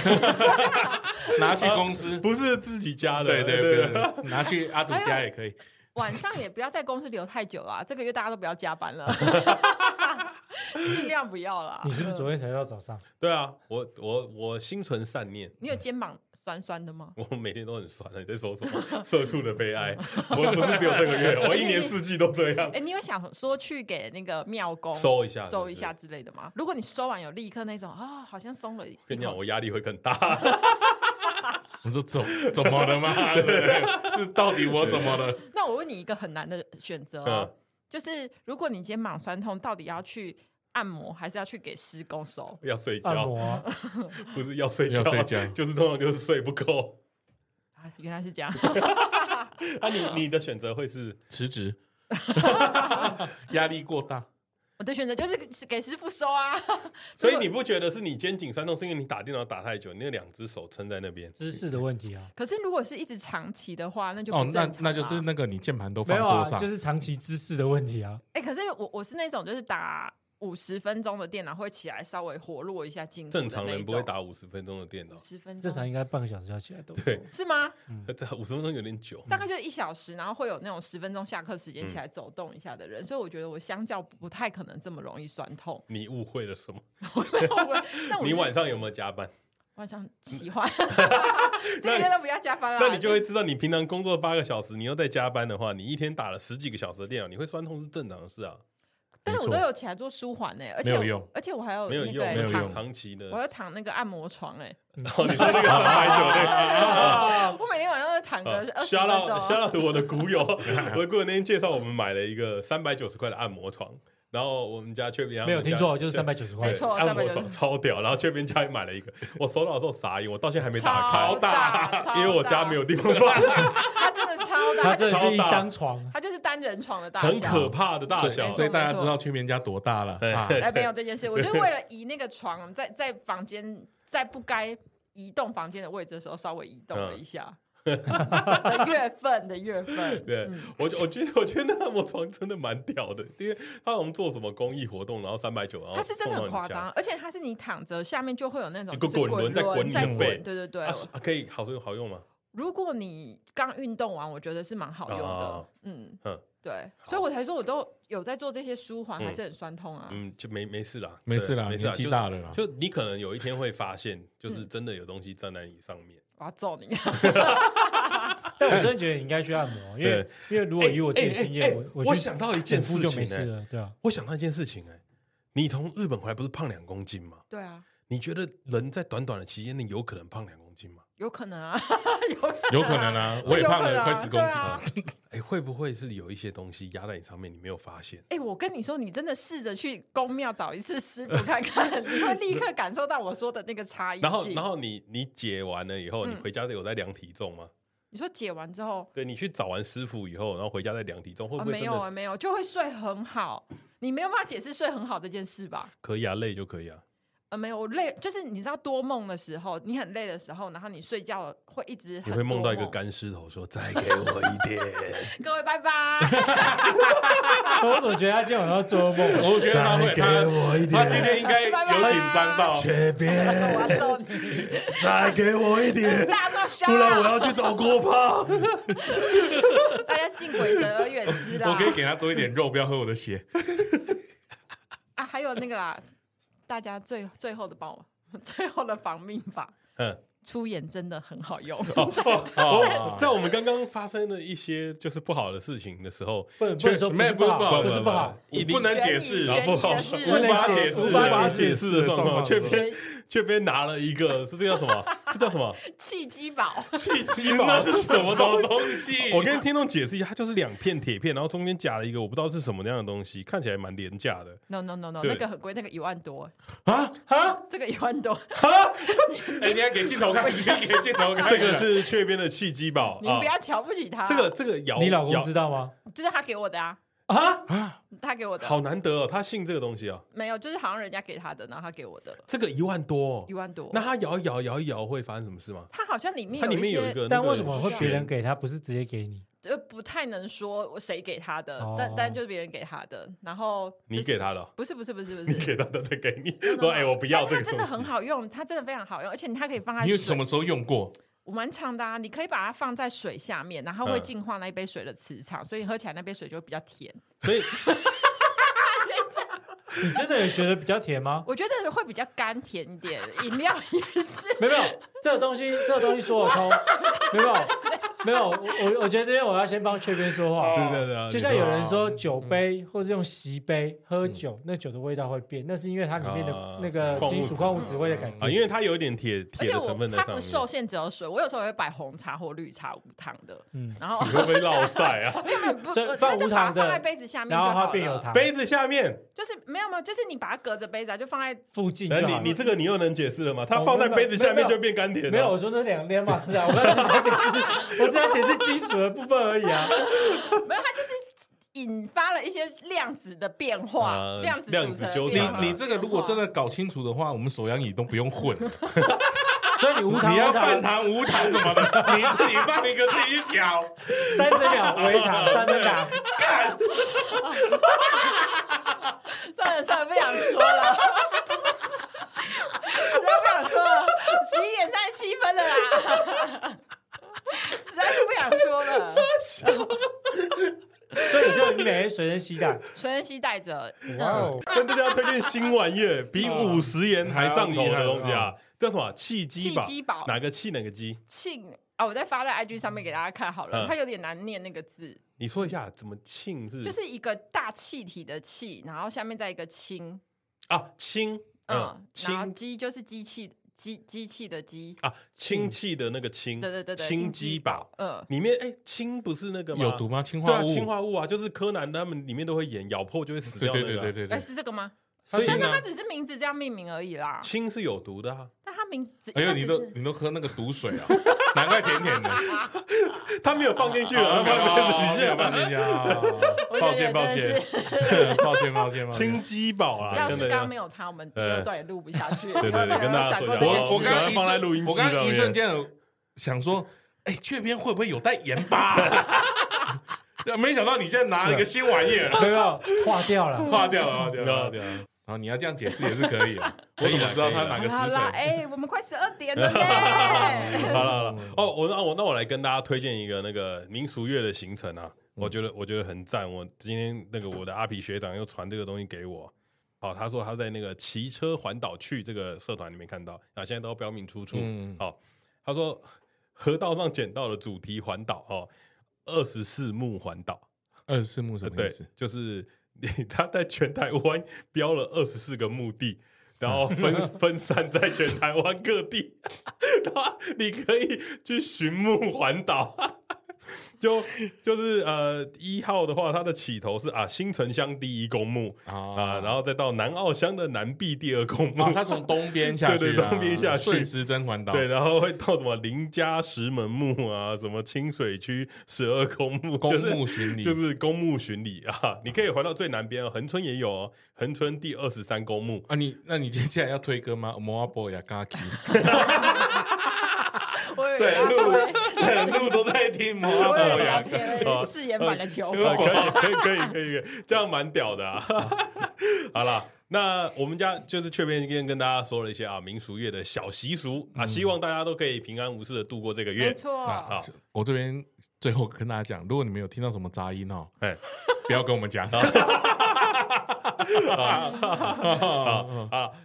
Speaker 4: [laughs] 拿去公司，
Speaker 6: 不是自己家的，
Speaker 4: 对对对，对拿去阿祖家也可以。
Speaker 3: 晚上也不要在公司留太久啦，这个月大家都不要加班
Speaker 6: [laughs]
Speaker 3: 了，尽量不要啦。
Speaker 2: 你是不是昨天才到早上？
Speaker 6: 对啊，我我我心存善念，
Speaker 3: 你有肩膀酸酸的吗？
Speaker 6: 我每天都很酸啊了。你在说什么？ [laughs] 社畜的悲哀，我不是只有这个月，我一年四季都这样
Speaker 3: 哎、。你有想说去给那个庙公
Speaker 6: 收一下
Speaker 3: 收
Speaker 6: 是
Speaker 3: 一
Speaker 6: 不是
Speaker 3: 下之类的吗？如果你收完有立刻那种啊、好像松了一口气，
Speaker 6: 跟你讲，我压力会更 [laughs] 大。
Speaker 4: 我说怎怎么了吗？
Speaker 6: [laughs]
Speaker 4: 对不对是到底我怎么了？
Speaker 3: 那我问你一个很难的选择、
Speaker 6: 嗯
Speaker 3: 哦，就是如果你肩膀酸痛，到底要去按摩，还是要去给施工收？
Speaker 6: [laughs] 要睡
Speaker 2: 按
Speaker 6: 觉
Speaker 2: 摩，
Speaker 6: [laughs]
Speaker 2: 啊，
Speaker 6: 不是要睡觉，
Speaker 4: 要睡觉
Speaker 6: 就是通常就是睡不够。
Speaker 3: 啊，原来是这样。 [laughs]
Speaker 6: 啊，你你的选择会是
Speaker 4: 辞职，压力过大。
Speaker 3: 我的选择就是给给师傅收啊，
Speaker 6: 所以你不觉得是你肩颈酸痛，是因为你打电脑打太久，你那两只手撑在那边？
Speaker 2: 姿势的问题啊，
Speaker 3: 可是如果是一直长期的话，那就
Speaker 4: 哦
Speaker 3: 不，
Speaker 4: 那
Speaker 3: 正常
Speaker 4: 那
Speaker 3: 啦
Speaker 4: 就是那个你键盘都
Speaker 2: 没
Speaker 4: 放
Speaker 2: 有
Speaker 4: 桌
Speaker 2: 啊，
Speaker 4: 上，
Speaker 2: 就是长期姿势的问题啊。
Speaker 3: 哎、可是我我是那种就是打五十分钟的电脑会起来稍微活络一下筋骨的那
Speaker 6: 正
Speaker 3: 一种，
Speaker 6: 常人不会打五十分钟的电脑
Speaker 3: 五，十分钟，
Speaker 2: 正常应该半个小时要起来都
Speaker 6: 对，
Speaker 3: 是吗？
Speaker 6: 这五十分钟有点久。
Speaker 3: 大概就是一小时，然后会有那种十分钟下课时
Speaker 6: 嗯
Speaker 3: 间起来走动一下的人，所以我觉得我相较不太可能这么容易酸痛。 [laughs]
Speaker 6: 你误会了什么？
Speaker 3: 我没有问，但我
Speaker 6: 你
Speaker 3: 是
Speaker 6: 晚上有没有加班？
Speaker 3: 晚上喜
Speaker 6: [laughs]
Speaker 3: 欢，这个月都不要加班啦。
Speaker 6: 那你就会知道，你平常工作八个小时，你又在加班的话，你一天打了十几个小时的电脑，你会酸痛是正常的事啊，
Speaker 3: 但是我
Speaker 4: 没
Speaker 3: 都
Speaker 4: 错
Speaker 3: 有起来做舒缓呢、而且
Speaker 4: 没有
Speaker 3: 我
Speaker 4: 用
Speaker 3: 而且我还有
Speaker 6: 没有
Speaker 3: 那个
Speaker 6: 用，
Speaker 3: 欸
Speaker 4: 没有
Speaker 3: 躺
Speaker 4: 用
Speaker 6: 长期的。
Speaker 3: 我要躺那个按摩床哎、
Speaker 6: 然后你说 [laughs] 那个三百九
Speaker 3: [laughs]
Speaker 6: 那
Speaker 3: 我每天晚上都躺个
Speaker 6: 个，
Speaker 3: 二十
Speaker 6: 瞎
Speaker 3: 分
Speaker 6: 到
Speaker 3: 钟啊、
Speaker 6: 瞎到我的
Speaker 2: [laughs]
Speaker 6: 股友，我的股友那天介绍我们买了一个三百九十块的按摩床，然后我们家雀边
Speaker 2: 没有听错，就是三百
Speaker 6: 百。
Speaker 2: 九十块
Speaker 6: 对
Speaker 3: 没，错
Speaker 6: 按摩
Speaker 3: 390
Speaker 6: 床超屌，然后雀边家也买了一个，我收到的时候傻眼，我到现在还没打
Speaker 3: 超
Speaker 6: 开，
Speaker 3: 大，超
Speaker 6: 因为我
Speaker 3: 大
Speaker 6: 家没有，地方
Speaker 3: [laughs]
Speaker 6: 放，
Speaker 3: 它真的超
Speaker 2: 它
Speaker 3: 大，它
Speaker 2: 真
Speaker 3: 就
Speaker 2: 的
Speaker 3: 是
Speaker 2: 是一张床，
Speaker 3: 它就是单人床的大小，
Speaker 6: 很可怕的大小
Speaker 3: 没错。
Speaker 4: 所以大家知道去别人家多大了
Speaker 6: 对
Speaker 4: 啊？
Speaker 3: [laughs] 哎，没有这件事，我就为了移那个床，在在房间在不该移动房间的位置的时候，稍微移动
Speaker 6: 嗯
Speaker 3: 了一下。 [laughs] 的月份的月份，
Speaker 6: [laughs]
Speaker 3: 嗯
Speaker 6: 对，我觉我觉得我觉得那按摩床真的蛮屌的，因为他好像做什么公益活动，然后三百九，然后
Speaker 3: 它是真的很夸
Speaker 6: 哦送到
Speaker 3: 张，而且它是你躺着，下面就会有那种
Speaker 6: 一个
Speaker 3: 就是
Speaker 6: 滚轮在滚
Speaker 3: 滚
Speaker 6: 你
Speaker 3: 在
Speaker 6: 的背
Speaker 3: 对对对
Speaker 6: 你家。啊，。是啊可以好用好用吗？
Speaker 3: 如果你刚运动完，我觉得是蛮好用
Speaker 6: 哦
Speaker 3: 的，嗯
Speaker 6: 嗯
Speaker 3: 对，所以我才说我都有在做这些舒缓，
Speaker 6: 嗯
Speaker 3: 还是很酸痛啊。
Speaker 6: 嗯，就没没事啦，
Speaker 4: 没事啦，
Speaker 6: 对没事
Speaker 4: 年
Speaker 6: 啦，
Speaker 4: 纪
Speaker 6: 就
Speaker 4: 大了啦。
Speaker 6: 就你可能有一天会发现，就是真的有东西站在你上面。
Speaker 3: 我要揍你！
Speaker 2: [laughs]
Speaker 3: [laughs]
Speaker 2: 但我真的觉得你应该去按摩，因为因为如果以我自己的经
Speaker 6: 哎哎
Speaker 2: 验，
Speaker 6: 哎哎
Speaker 2: 我
Speaker 6: 我
Speaker 2: 我去
Speaker 6: 想到一件
Speaker 2: 整
Speaker 6: 事
Speaker 2: 复就没
Speaker 6: 情
Speaker 2: 事
Speaker 6: 哎，
Speaker 2: 了，对啊， [laughs]
Speaker 6: 我想到一件事情哎，你从日本回来不是胖两公斤吗？
Speaker 3: 对啊，
Speaker 6: 你觉得人在短短的期间内有可能胖两公斤吗？
Speaker 3: 有可能
Speaker 6: [laughs]
Speaker 3: 啊，有可能啊
Speaker 4: 有可能啊，我也胖了快十公
Speaker 3: 对啊
Speaker 4: 斤。
Speaker 6: 哎，会不会是有一些东西压在你上面，你没有发现？
Speaker 3: 哎、我跟你说，你真的试着去公庙找一次师傅看
Speaker 6: [laughs]
Speaker 3: 看，你会立刻感受到我说的那个差异性。
Speaker 6: 然后，然后你你解完了以后，你
Speaker 3: 嗯
Speaker 6: 回家有在量体重吗？
Speaker 3: 你说解完之后，
Speaker 6: 对你去找完师傅以后，然后回家再量体重，会
Speaker 3: 啊、
Speaker 6: 不会
Speaker 3: 没
Speaker 6: 真
Speaker 3: 有啊，
Speaker 6: 的
Speaker 3: 没有，就会睡很好。你没有办法解释睡很好这件事吧？
Speaker 6: 可以啊？累就可以啊。
Speaker 3: 呃，没有，我累，就是你知道多梦的时候，你很累的时候，然后你睡觉会一直
Speaker 6: 你
Speaker 3: 很
Speaker 6: 会梦
Speaker 3: 多
Speaker 6: 到一个。干石头，说再给我一点，
Speaker 3: 各位拜拜。
Speaker 6: [laughs]
Speaker 2: 我总觉得他今天晚上要做噩梦，
Speaker 4: 我觉得他会，
Speaker 6: 再给
Speaker 4: 他
Speaker 6: 我一点，
Speaker 4: 他今天应该有紧张到，
Speaker 6: 切
Speaker 3: 我
Speaker 6: 边
Speaker 3: 要揍你！
Speaker 6: 再给我一点，
Speaker 3: 大家都笑
Speaker 6: 不然我要去找郭胖。
Speaker 3: 大家敬鬼神而远之啦。
Speaker 4: 我可以给他多一点肉，不要喝我的血。
Speaker 3: 啊，
Speaker 8: [laughs]
Speaker 3: 还有那个啦，大家最最后的帮我，最后的防命法，
Speaker 6: 嗯，
Speaker 8: 出眼真的很好用。
Speaker 6: 哦， [laughs] 在我们刚刚发生了一些就是不好的事情的时候，
Speaker 2: 不能不能说不
Speaker 7: 没
Speaker 2: 是
Speaker 7: 有不是不
Speaker 2: 好，
Speaker 7: 好，
Speaker 2: 不是不好，
Speaker 7: 我不能解释，
Speaker 8: 悬疑
Speaker 7: 不好，
Speaker 8: 悬疑
Speaker 7: 无
Speaker 8: 的
Speaker 7: 法
Speaker 8: 是
Speaker 7: 解释，
Speaker 6: 啊无
Speaker 2: 无
Speaker 6: 法
Speaker 2: 法
Speaker 6: 解
Speaker 2: 解
Speaker 6: 释
Speaker 2: 释
Speaker 6: 的
Speaker 2: 的
Speaker 6: 状
Speaker 2: 状
Speaker 6: 况，
Speaker 2: 况
Speaker 6: 却边却边拿了一个是这叫什么？这叫什么？
Speaker 8: 气机宝，
Speaker 6: [laughs] 气机那是什么东西？
Speaker 7: 东
Speaker 6: [laughs]
Speaker 7: 西
Speaker 6: 我跟听众解释一下，它就是两片铁片，然后中间夹了一个我不知道是什么样的东西，看起来蛮廉价的。
Speaker 8: No no no no，
Speaker 6: 对
Speaker 8: 那个很贵，那个一万多，
Speaker 2: 啊，
Speaker 8: 这个一万多，
Speaker 7: 哎，你还给镜头看，你给镜头看，
Speaker 6: 这个是雀边的气机宝
Speaker 8: 您
Speaker 6: 啊
Speaker 8: 不，要瞧不起他。
Speaker 6: 这个这个摇
Speaker 2: 你老公
Speaker 6: 摇
Speaker 2: 知道吗？
Speaker 8: 就是他给我的啊，
Speaker 2: 啊，
Speaker 8: 他给我的，
Speaker 6: 好难得哦，他信这个东西啊，
Speaker 8: 没有，就是好像人家给他的，然后他给我的
Speaker 6: 这个一万多哦
Speaker 8: 一，万多。
Speaker 6: 那他摇一摇摇一摇会发生什么事吗？
Speaker 8: 他好像里面
Speaker 6: 它里面有一
Speaker 8: 些，
Speaker 6: 个，
Speaker 2: 但为什么会
Speaker 6: 那个
Speaker 2: 别人
Speaker 6: 旋
Speaker 2: 给他，不是直接给你？
Speaker 8: 呃，不太能说谁给他的，
Speaker 2: 哦
Speaker 8: 但但就是别人给他的，然后
Speaker 6: 你
Speaker 8: 就是
Speaker 6: 给他的哦？
Speaker 8: 不是不是不是不
Speaker 6: [laughs] 你
Speaker 8: 是，
Speaker 6: 给他的再给你，
Speaker 8: 真的
Speaker 6: 说
Speaker 8: 吗
Speaker 6: 哎，我不要这
Speaker 8: 但
Speaker 6: 个
Speaker 8: 它真的很
Speaker 6: 东西。
Speaker 8: 好用，它真的非常好用，而且它可以放在
Speaker 7: 你有
Speaker 8: 水
Speaker 7: 什么时候用过？
Speaker 8: 我蛮长的啊，你可以把它放在水下面，然后会
Speaker 6: 嗯
Speaker 8: 净化那一杯水的磁场，所以你喝起来那杯水就会比较甜。
Speaker 6: 所以
Speaker 2: 你真的有觉得比较甜吗？
Speaker 8: 我觉得会比较甘甜一
Speaker 6: [laughs]
Speaker 8: 点，饮料也是。
Speaker 2: 没有，没有，这个东西， [laughs] 这个东西说得通，没有，没有，我我我觉得这边我要先帮雀边说话，
Speaker 6: 对对对，啊
Speaker 2: 就像有人说酒杯或是用席杯喝酒，那酒的味道会变，那是因为它里面
Speaker 6: 啊
Speaker 2: 的那个金属矿
Speaker 6: 矿物
Speaker 2: 物
Speaker 6: 质
Speaker 2: 质味的改
Speaker 6: 啊，
Speaker 2: 变。
Speaker 6: 因为它有一点铁
Speaker 8: 而
Speaker 6: 铁
Speaker 8: 且
Speaker 6: 的
Speaker 8: 我
Speaker 6: 成分在
Speaker 8: 它
Speaker 6: 上
Speaker 8: 不受
Speaker 6: 面，
Speaker 8: 限只有水，我有时候也会摆红茶或绿茶无糖的，
Speaker 2: 嗯
Speaker 8: 然后
Speaker 6: 你会不会落晒
Speaker 8: [laughs]
Speaker 6: 啊？
Speaker 8: 没有没有不，
Speaker 2: 所以
Speaker 8: 我
Speaker 2: 放
Speaker 8: 那就
Speaker 2: 无
Speaker 8: 把它
Speaker 2: 糖的
Speaker 8: 放在杯子下面
Speaker 2: 然
Speaker 8: 就
Speaker 2: 后它
Speaker 8: 好了。
Speaker 2: 变有糖，
Speaker 6: 杯子下面，
Speaker 8: 就是没有没有，就是你把它隔着杯子、啊，就放在 [laughs]
Speaker 2: 附近
Speaker 6: 那
Speaker 2: 就好
Speaker 6: 哎你你
Speaker 2: 了。
Speaker 6: 这个你又能解释了吗？它
Speaker 2: 啊哦
Speaker 6: 放在
Speaker 2: 没有
Speaker 6: 杯子下
Speaker 2: 没有
Speaker 6: 面就变甘甜了，
Speaker 2: 没有，我说那两两码事啊，我刚才只想解释，我只想解释金属的部分而已啊。
Speaker 8: 没有，它就是引发了一些量子的变化，
Speaker 6: 啊
Speaker 8: 量子
Speaker 6: 量
Speaker 8: 组
Speaker 6: 子
Speaker 8: 成的
Speaker 6: 纠
Speaker 8: 变
Speaker 6: 缠
Speaker 8: 化
Speaker 6: 啊
Speaker 7: 你你这个如果真的搞清楚的话，我们手摇椅都不用混，
Speaker 2: 所以你无糖
Speaker 7: 你要
Speaker 2: 红茶
Speaker 7: 半糖无糖什么的，你自己放一个自己调，
Speaker 6: [laughs]
Speaker 2: 三十秒微糖，三分糖，
Speaker 8: 算了算了，不想说了， [laughs] 实在不想说了，十一点三十七分了啦，实在是不想说了。
Speaker 2: 所以你就你每天随身携带。
Speaker 8: 随身携带着，
Speaker 2: 哇
Speaker 8: 嗯，
Speaker 2: 哦，
Speaker 6: 跟大家推荐新玩意
Speaker 2: [laughs]
Speaker 6: 儿，比五十元还上头的东西啊，叫什么气机宝？
Speaker 8: 气机宝
Speaker 6: 哪个气哪个机？
Speaker 8: 庆哦，我再发在 IG 上面给大家看好了，
Speaker 6: 嗯
Speaker 8: 它有点难念那个字，
Speaker 6: 你说一下怎么庆是？
Speaker 8: 就是一个大气体的气，然后下面再一个氢，
Speaker 6: 啊，氢，嗯
Speaker 8: 嗯，，然后
Speaker 6: 氢
Speaker 8: 机就是机器机机器的机，
Speaker 6: 啊，氢气的那个氢，
Speaker 8: 对对对对，
Speaker 6: 氢机宝
Speaker 8: 嗯，
Speaker 6: 里面哎，氢不是那个吗
Speaker 7: 有毒？吗？氰
Speaker 6: 对
Speaker 7: 化
Speaker 6: 啊，
Speaker 7: 物，
Speaker 6: 氰化物啊，就是柯南他们里面都会演，咬破就会死
Speaker 7: 对
Speaker 6: 掉
Speaker 7: 对
Speaker 6: 那
Speaker 7: 对
Speaker 6: 个
Speaker 7: 对
Speaker 6: 啊。
Speaker 7: 对对。
Speaker 8: 哎，是这个吗？
Speaker 6: 所以
Speaker 8: 但是
Speaker 6: 呢
Speaker 8: 它，只是名字这样命名而已啦，
Speaker 6: 氢是有毒的啊，
Speaker 8: 但它名字，
Speaker 7: 哎呦，
Speaker 8: 它只
Speaker 7: 你都
Speaker 8: 是
Speaker 7: 你都喝那个毒水啊，难怪甜甜的。
Speaker 8: [laughs]
Speaker 6: 他没有放进去了，
Speaker 7: 啊，
Speaker 6: 他
Speaker 4: 哦
Speaker 6: 放进去了。
Speaker 4: 哎
Speaker 7: 人家，
Speaker 4: [laughs]
Speaker 8: 我
Speaker 7: 抱
Speaker 8: 觉
Speaker 7: 歉
Speaker 8: 得
Speaker 7: 抱
Speaker 8: 真的
Speaker 7: 歉啊
Speaker 8: 是。
Speaker 7: [laughs]
Speaker 8: [laughs]
Speaker 7: 抱歉抱歉抱
Speaker 6: 氢
Speaker 7: 歉。
Speaker 6: 机宝啊，
Speaker 8: 要是
Speaker 6: 真的
Speaker 8: 刚没有他，我们第
Speaker 7: 啊
Speaker 8: 二段也录不下去。
Speaker 6: 对对对，跟大家说一下，
Speaker 7: 我我
Speaker 6: 刚
Speaker 7: 刚
Speaker 6: 刚
Speaker 7: 刚
Speaker 6: 放在录音机
Speaker 7: 我刚刚一瞬
Speaker 6: 上面。
Speaker 7: 间有想说，哎，雀边会不会有带盐巴啊？ [laughs] 没想到你现在拿了一个新玩意
Speaker 6: [laughs]
Speaker 7: 儿，
Speaker 2: 没有没有，化掉了。
Speaker 7: 化掉了，化掉了，化掉了。
Speaker 6: 对啊
Speaker 7: 然后你要这样解释也是可以的。我怎么知道它哪个
Speaker 8: 好
Speaker 7: 时辰？
Speaker 8: 啦，哎，我们快十二点
Speaker 7: [laughs]
Speaker 8: 了呢。
Speaker 6: [laughs] 好了好
Speaker 7: 嗯
Speaker 6: 了，哦，我那我那我来跟大家推荐一个那个民俗乐的行程啊，我觉得我觉得很赞。我今天那个我的阿皮学长又传这个东西给我，好，他说他在那个骑车环岛去这个社团里面看到，啊，现在都标明出处。
Speaker 7: 嗯
Speaker 6: 好，他说河道上捡到了主题环岛哦，二十四木环岛，
Speaker 7: 二十四木什么意
Speaker 6: 对
Speaker 7: 思？，
Speaker 6: 就是 [laughs] 你他在全台湾标了二十四个墓地，然
Speaker 7: [laughs]
Speaker 6: 后分分散在全台湾各地，然后 [laughs] 你可以去寻墓环岛。 [laughs] 就就是呃一号的话，它的起头是啊新城乡第一公墓啊、
Speaker 7: 啊
Speaker 6: 然后再到南澳乡的南壁第二公 [laughs] 墓，
Speaker 7: 啊，它从啊东边下去
Speaker 6: 对
Speaker 7: 啊，
Speaker 6: 对东边下去
Speaker 7: 顺时针环岛。
Speaker 6: 对，然后会到什么林家石门墓啊，什么清水区十二公墓，
Speaker 7: 公
Speaker 6: 就是
Speaker 7: 墓巡礼
Speaker 6: 就是公墓巡礼啊。你可以环到最南边哦，恒春也有哦，恒春第二十三公墓。
Speaker 7: 啊，你那你接下来要推歌吗？ [laughs] 摩阿波呀，嘎奇，
Speaker 8: 我以为要
Speaker 7: 整路都在听摩
Speaker 8: 我以为要
Speaker 7: 呀。哦
Speaker 8: 贴誓言版的球。
Speaker 6: 啊可以， [laughs] 可以，可以，可以，可以，这样蛮屌的啊！ [laughs] 好啦，那我们家就是雀边今天跟大家说了一些啊民俗乐的小习俗
Speaker 7: 嗯
Speaker 6: 啊，希望大家都可以平安无事的度过这个
Speaker 8: 没
Speaker 6: 月。
Speaker 8: 错，
Speaker 6: 好，
Speaker 7: 我这边最后跟大家讲，如果你们有听到什么杂音哦， [laughs]
Speaker 6: 哎，
Speaker 7: 不要跟我们讲，
Speaker 6: 啊，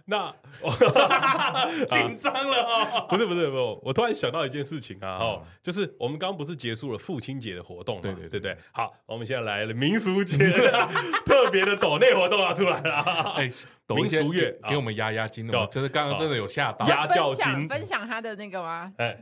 Speaker 6: 那 [laughs] 啊
Speaker 7: 紧张了哦。嗯
Speaker 6: 不是不是不是，我突然想到一件事情啊，哦，就是我们刚刚不是结束了父亲节的活动嘛，
Speaker 7: 对
Speaker 6: 对
Speaker 7: 对
Speaker 6: 不对？好，我们现在来了民俗节 [laughs] 特别的抖内活动啊，出来了 [laughs] 啊，
Speaker 7: 哎，抖音
Speaker 6: 民俗乐
Speaker 7: 给给我们压压惊
Speaker 6: 啊
Speaker 7: 哦，真的刚刚真的有吓到
Speaker 6: 啊。压
Speaker 8: 分
Speaker 6: 轿金
Speaker 8: 享分享他的那个吗？
Speaker 6: 哎，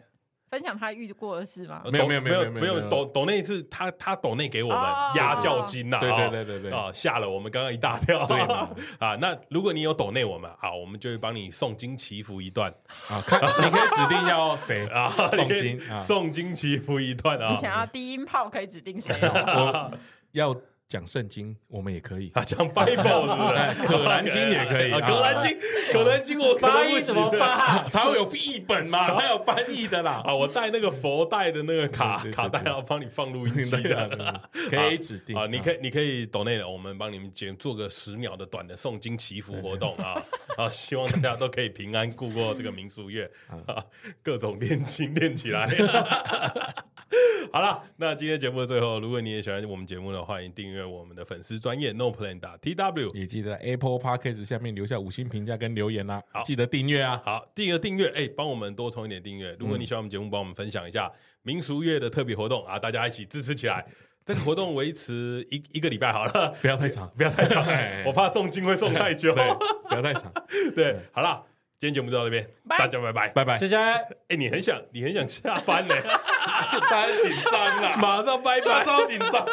Speaker 8: 分享他遇过的事吗？
Speaker 7: 没有
Speaker 6: 抖
Speaker 7: 没有
Speaker 6: 没
Speaker 7: 没有没有
Speaker 6: 没
Speaker 7: 没
Speaker 6: 有
Speaker 7: 有
Speaker 6: 抖抖内是他他抖内给我们
Speaker 8: 哦
Speaker 6: 压轿金呐，
Speaker 7: 对
Speaker 6: 哦
Speaker 7: 对对对对，
Speaker 6: 啊，吓了我们刚刚一大跳。
Speaker 7: 对嘛
Speaker 6: [laughs] 啊，那如果你有抖内我们啊，我们就会帮你诵经祈福一段
Speaker 7: 啊，
Speaker 6: [laughs]
Speaker 7: 看你可以指定要谁
Speaker 6: 啊，
Speaker 7: 诵
Speaker 6: 你可以
Speaker 7: 经啊，
Speaker 6: 诵经祈福一段啊
Speaker 8: 你。想要低音炮可以指定谁哦？
Speaker 7: 我要讲圣经，我们也可以。
Speaker 6: 啊，讲 Bible 是不
Speaker 7: [laughs] 哎
Speaker 6: 是？
Speaker 7: 可兰经也可以
Speaker 6: 啊
Speaker 7: 啊
Speaker 6: 可兰经，可兰经我可能
Speaker 2: 发
Speaker 6: [laughs] 不啊
Speaker 2: 音
Speaker 6: 行
Speaker 2: 怎么发？啊
Speaker 6: [laughs]
Speaker 7: [laughs] 他会有译本嘛？他有翻译的啦。
Speaker 6: 啊？我带那个佛带的那个卡
Speaker 7: 对对对对
Speaker 6: 卡带，然后帮你放录音机
Speaker 7: 对啊对
Speaker 6: 的。
Speaker 7: 啊可以指定
Speaker 6: 啊，你可以，你可以 donate 了我们帮你们剪做个十秒的短的诵经祈福活
Speaker 7: [laughs]
Speaker 6: 动啊啊！希望大家都可以平安度过这个民俗月
Speaker 7: 嗯
Speaker 6: 啊，各种练经练起
Speaker 7: [laughs]
Speaker 6: 来。好了，那今天节目的最后，如果你也喜欢我们节目的话，欢迎订阅我们的粉丝专业 No Plan 打 T W。
Speaker 7: 也记得在 Apple Podcast 下面留下五星评价跟留言啦、记得订阅啊。
Speaker 6: 好，第一个订阅，哎、帮我们多充一点订阅。如果你喜欢我们节目，帮我们分享一下民俗月的特别活动啊，大家一起支持起
Speaker 7: [laughs]
Speaker 6: 来。这个活动维持一一个礼拜好了，
Speaker 7: 不要太长，
Speaker 6: [laughs] 不要太长
Speaker 7: 哎，
Speaker 6: 我怕送金会送太久。
Speaker 7: 对，不要太长，
Speaker 6: [laughs] 对，好啦，今天节目就到这边，
Speaker 8: 拜
Speaker 6: 大家拜拜。
Speaker 7: 拜拜
Speaker 2: 谢。谢。
Speaker 6: 哎，你很想，你很想下班
Speaker 7: [laughs]
Speaker 6: 呢， [laughs]
Speaker 7: 他很紧张啦， [laughs]
Speaker 6: 马上拜拜。
Speaker 7: 超紧张。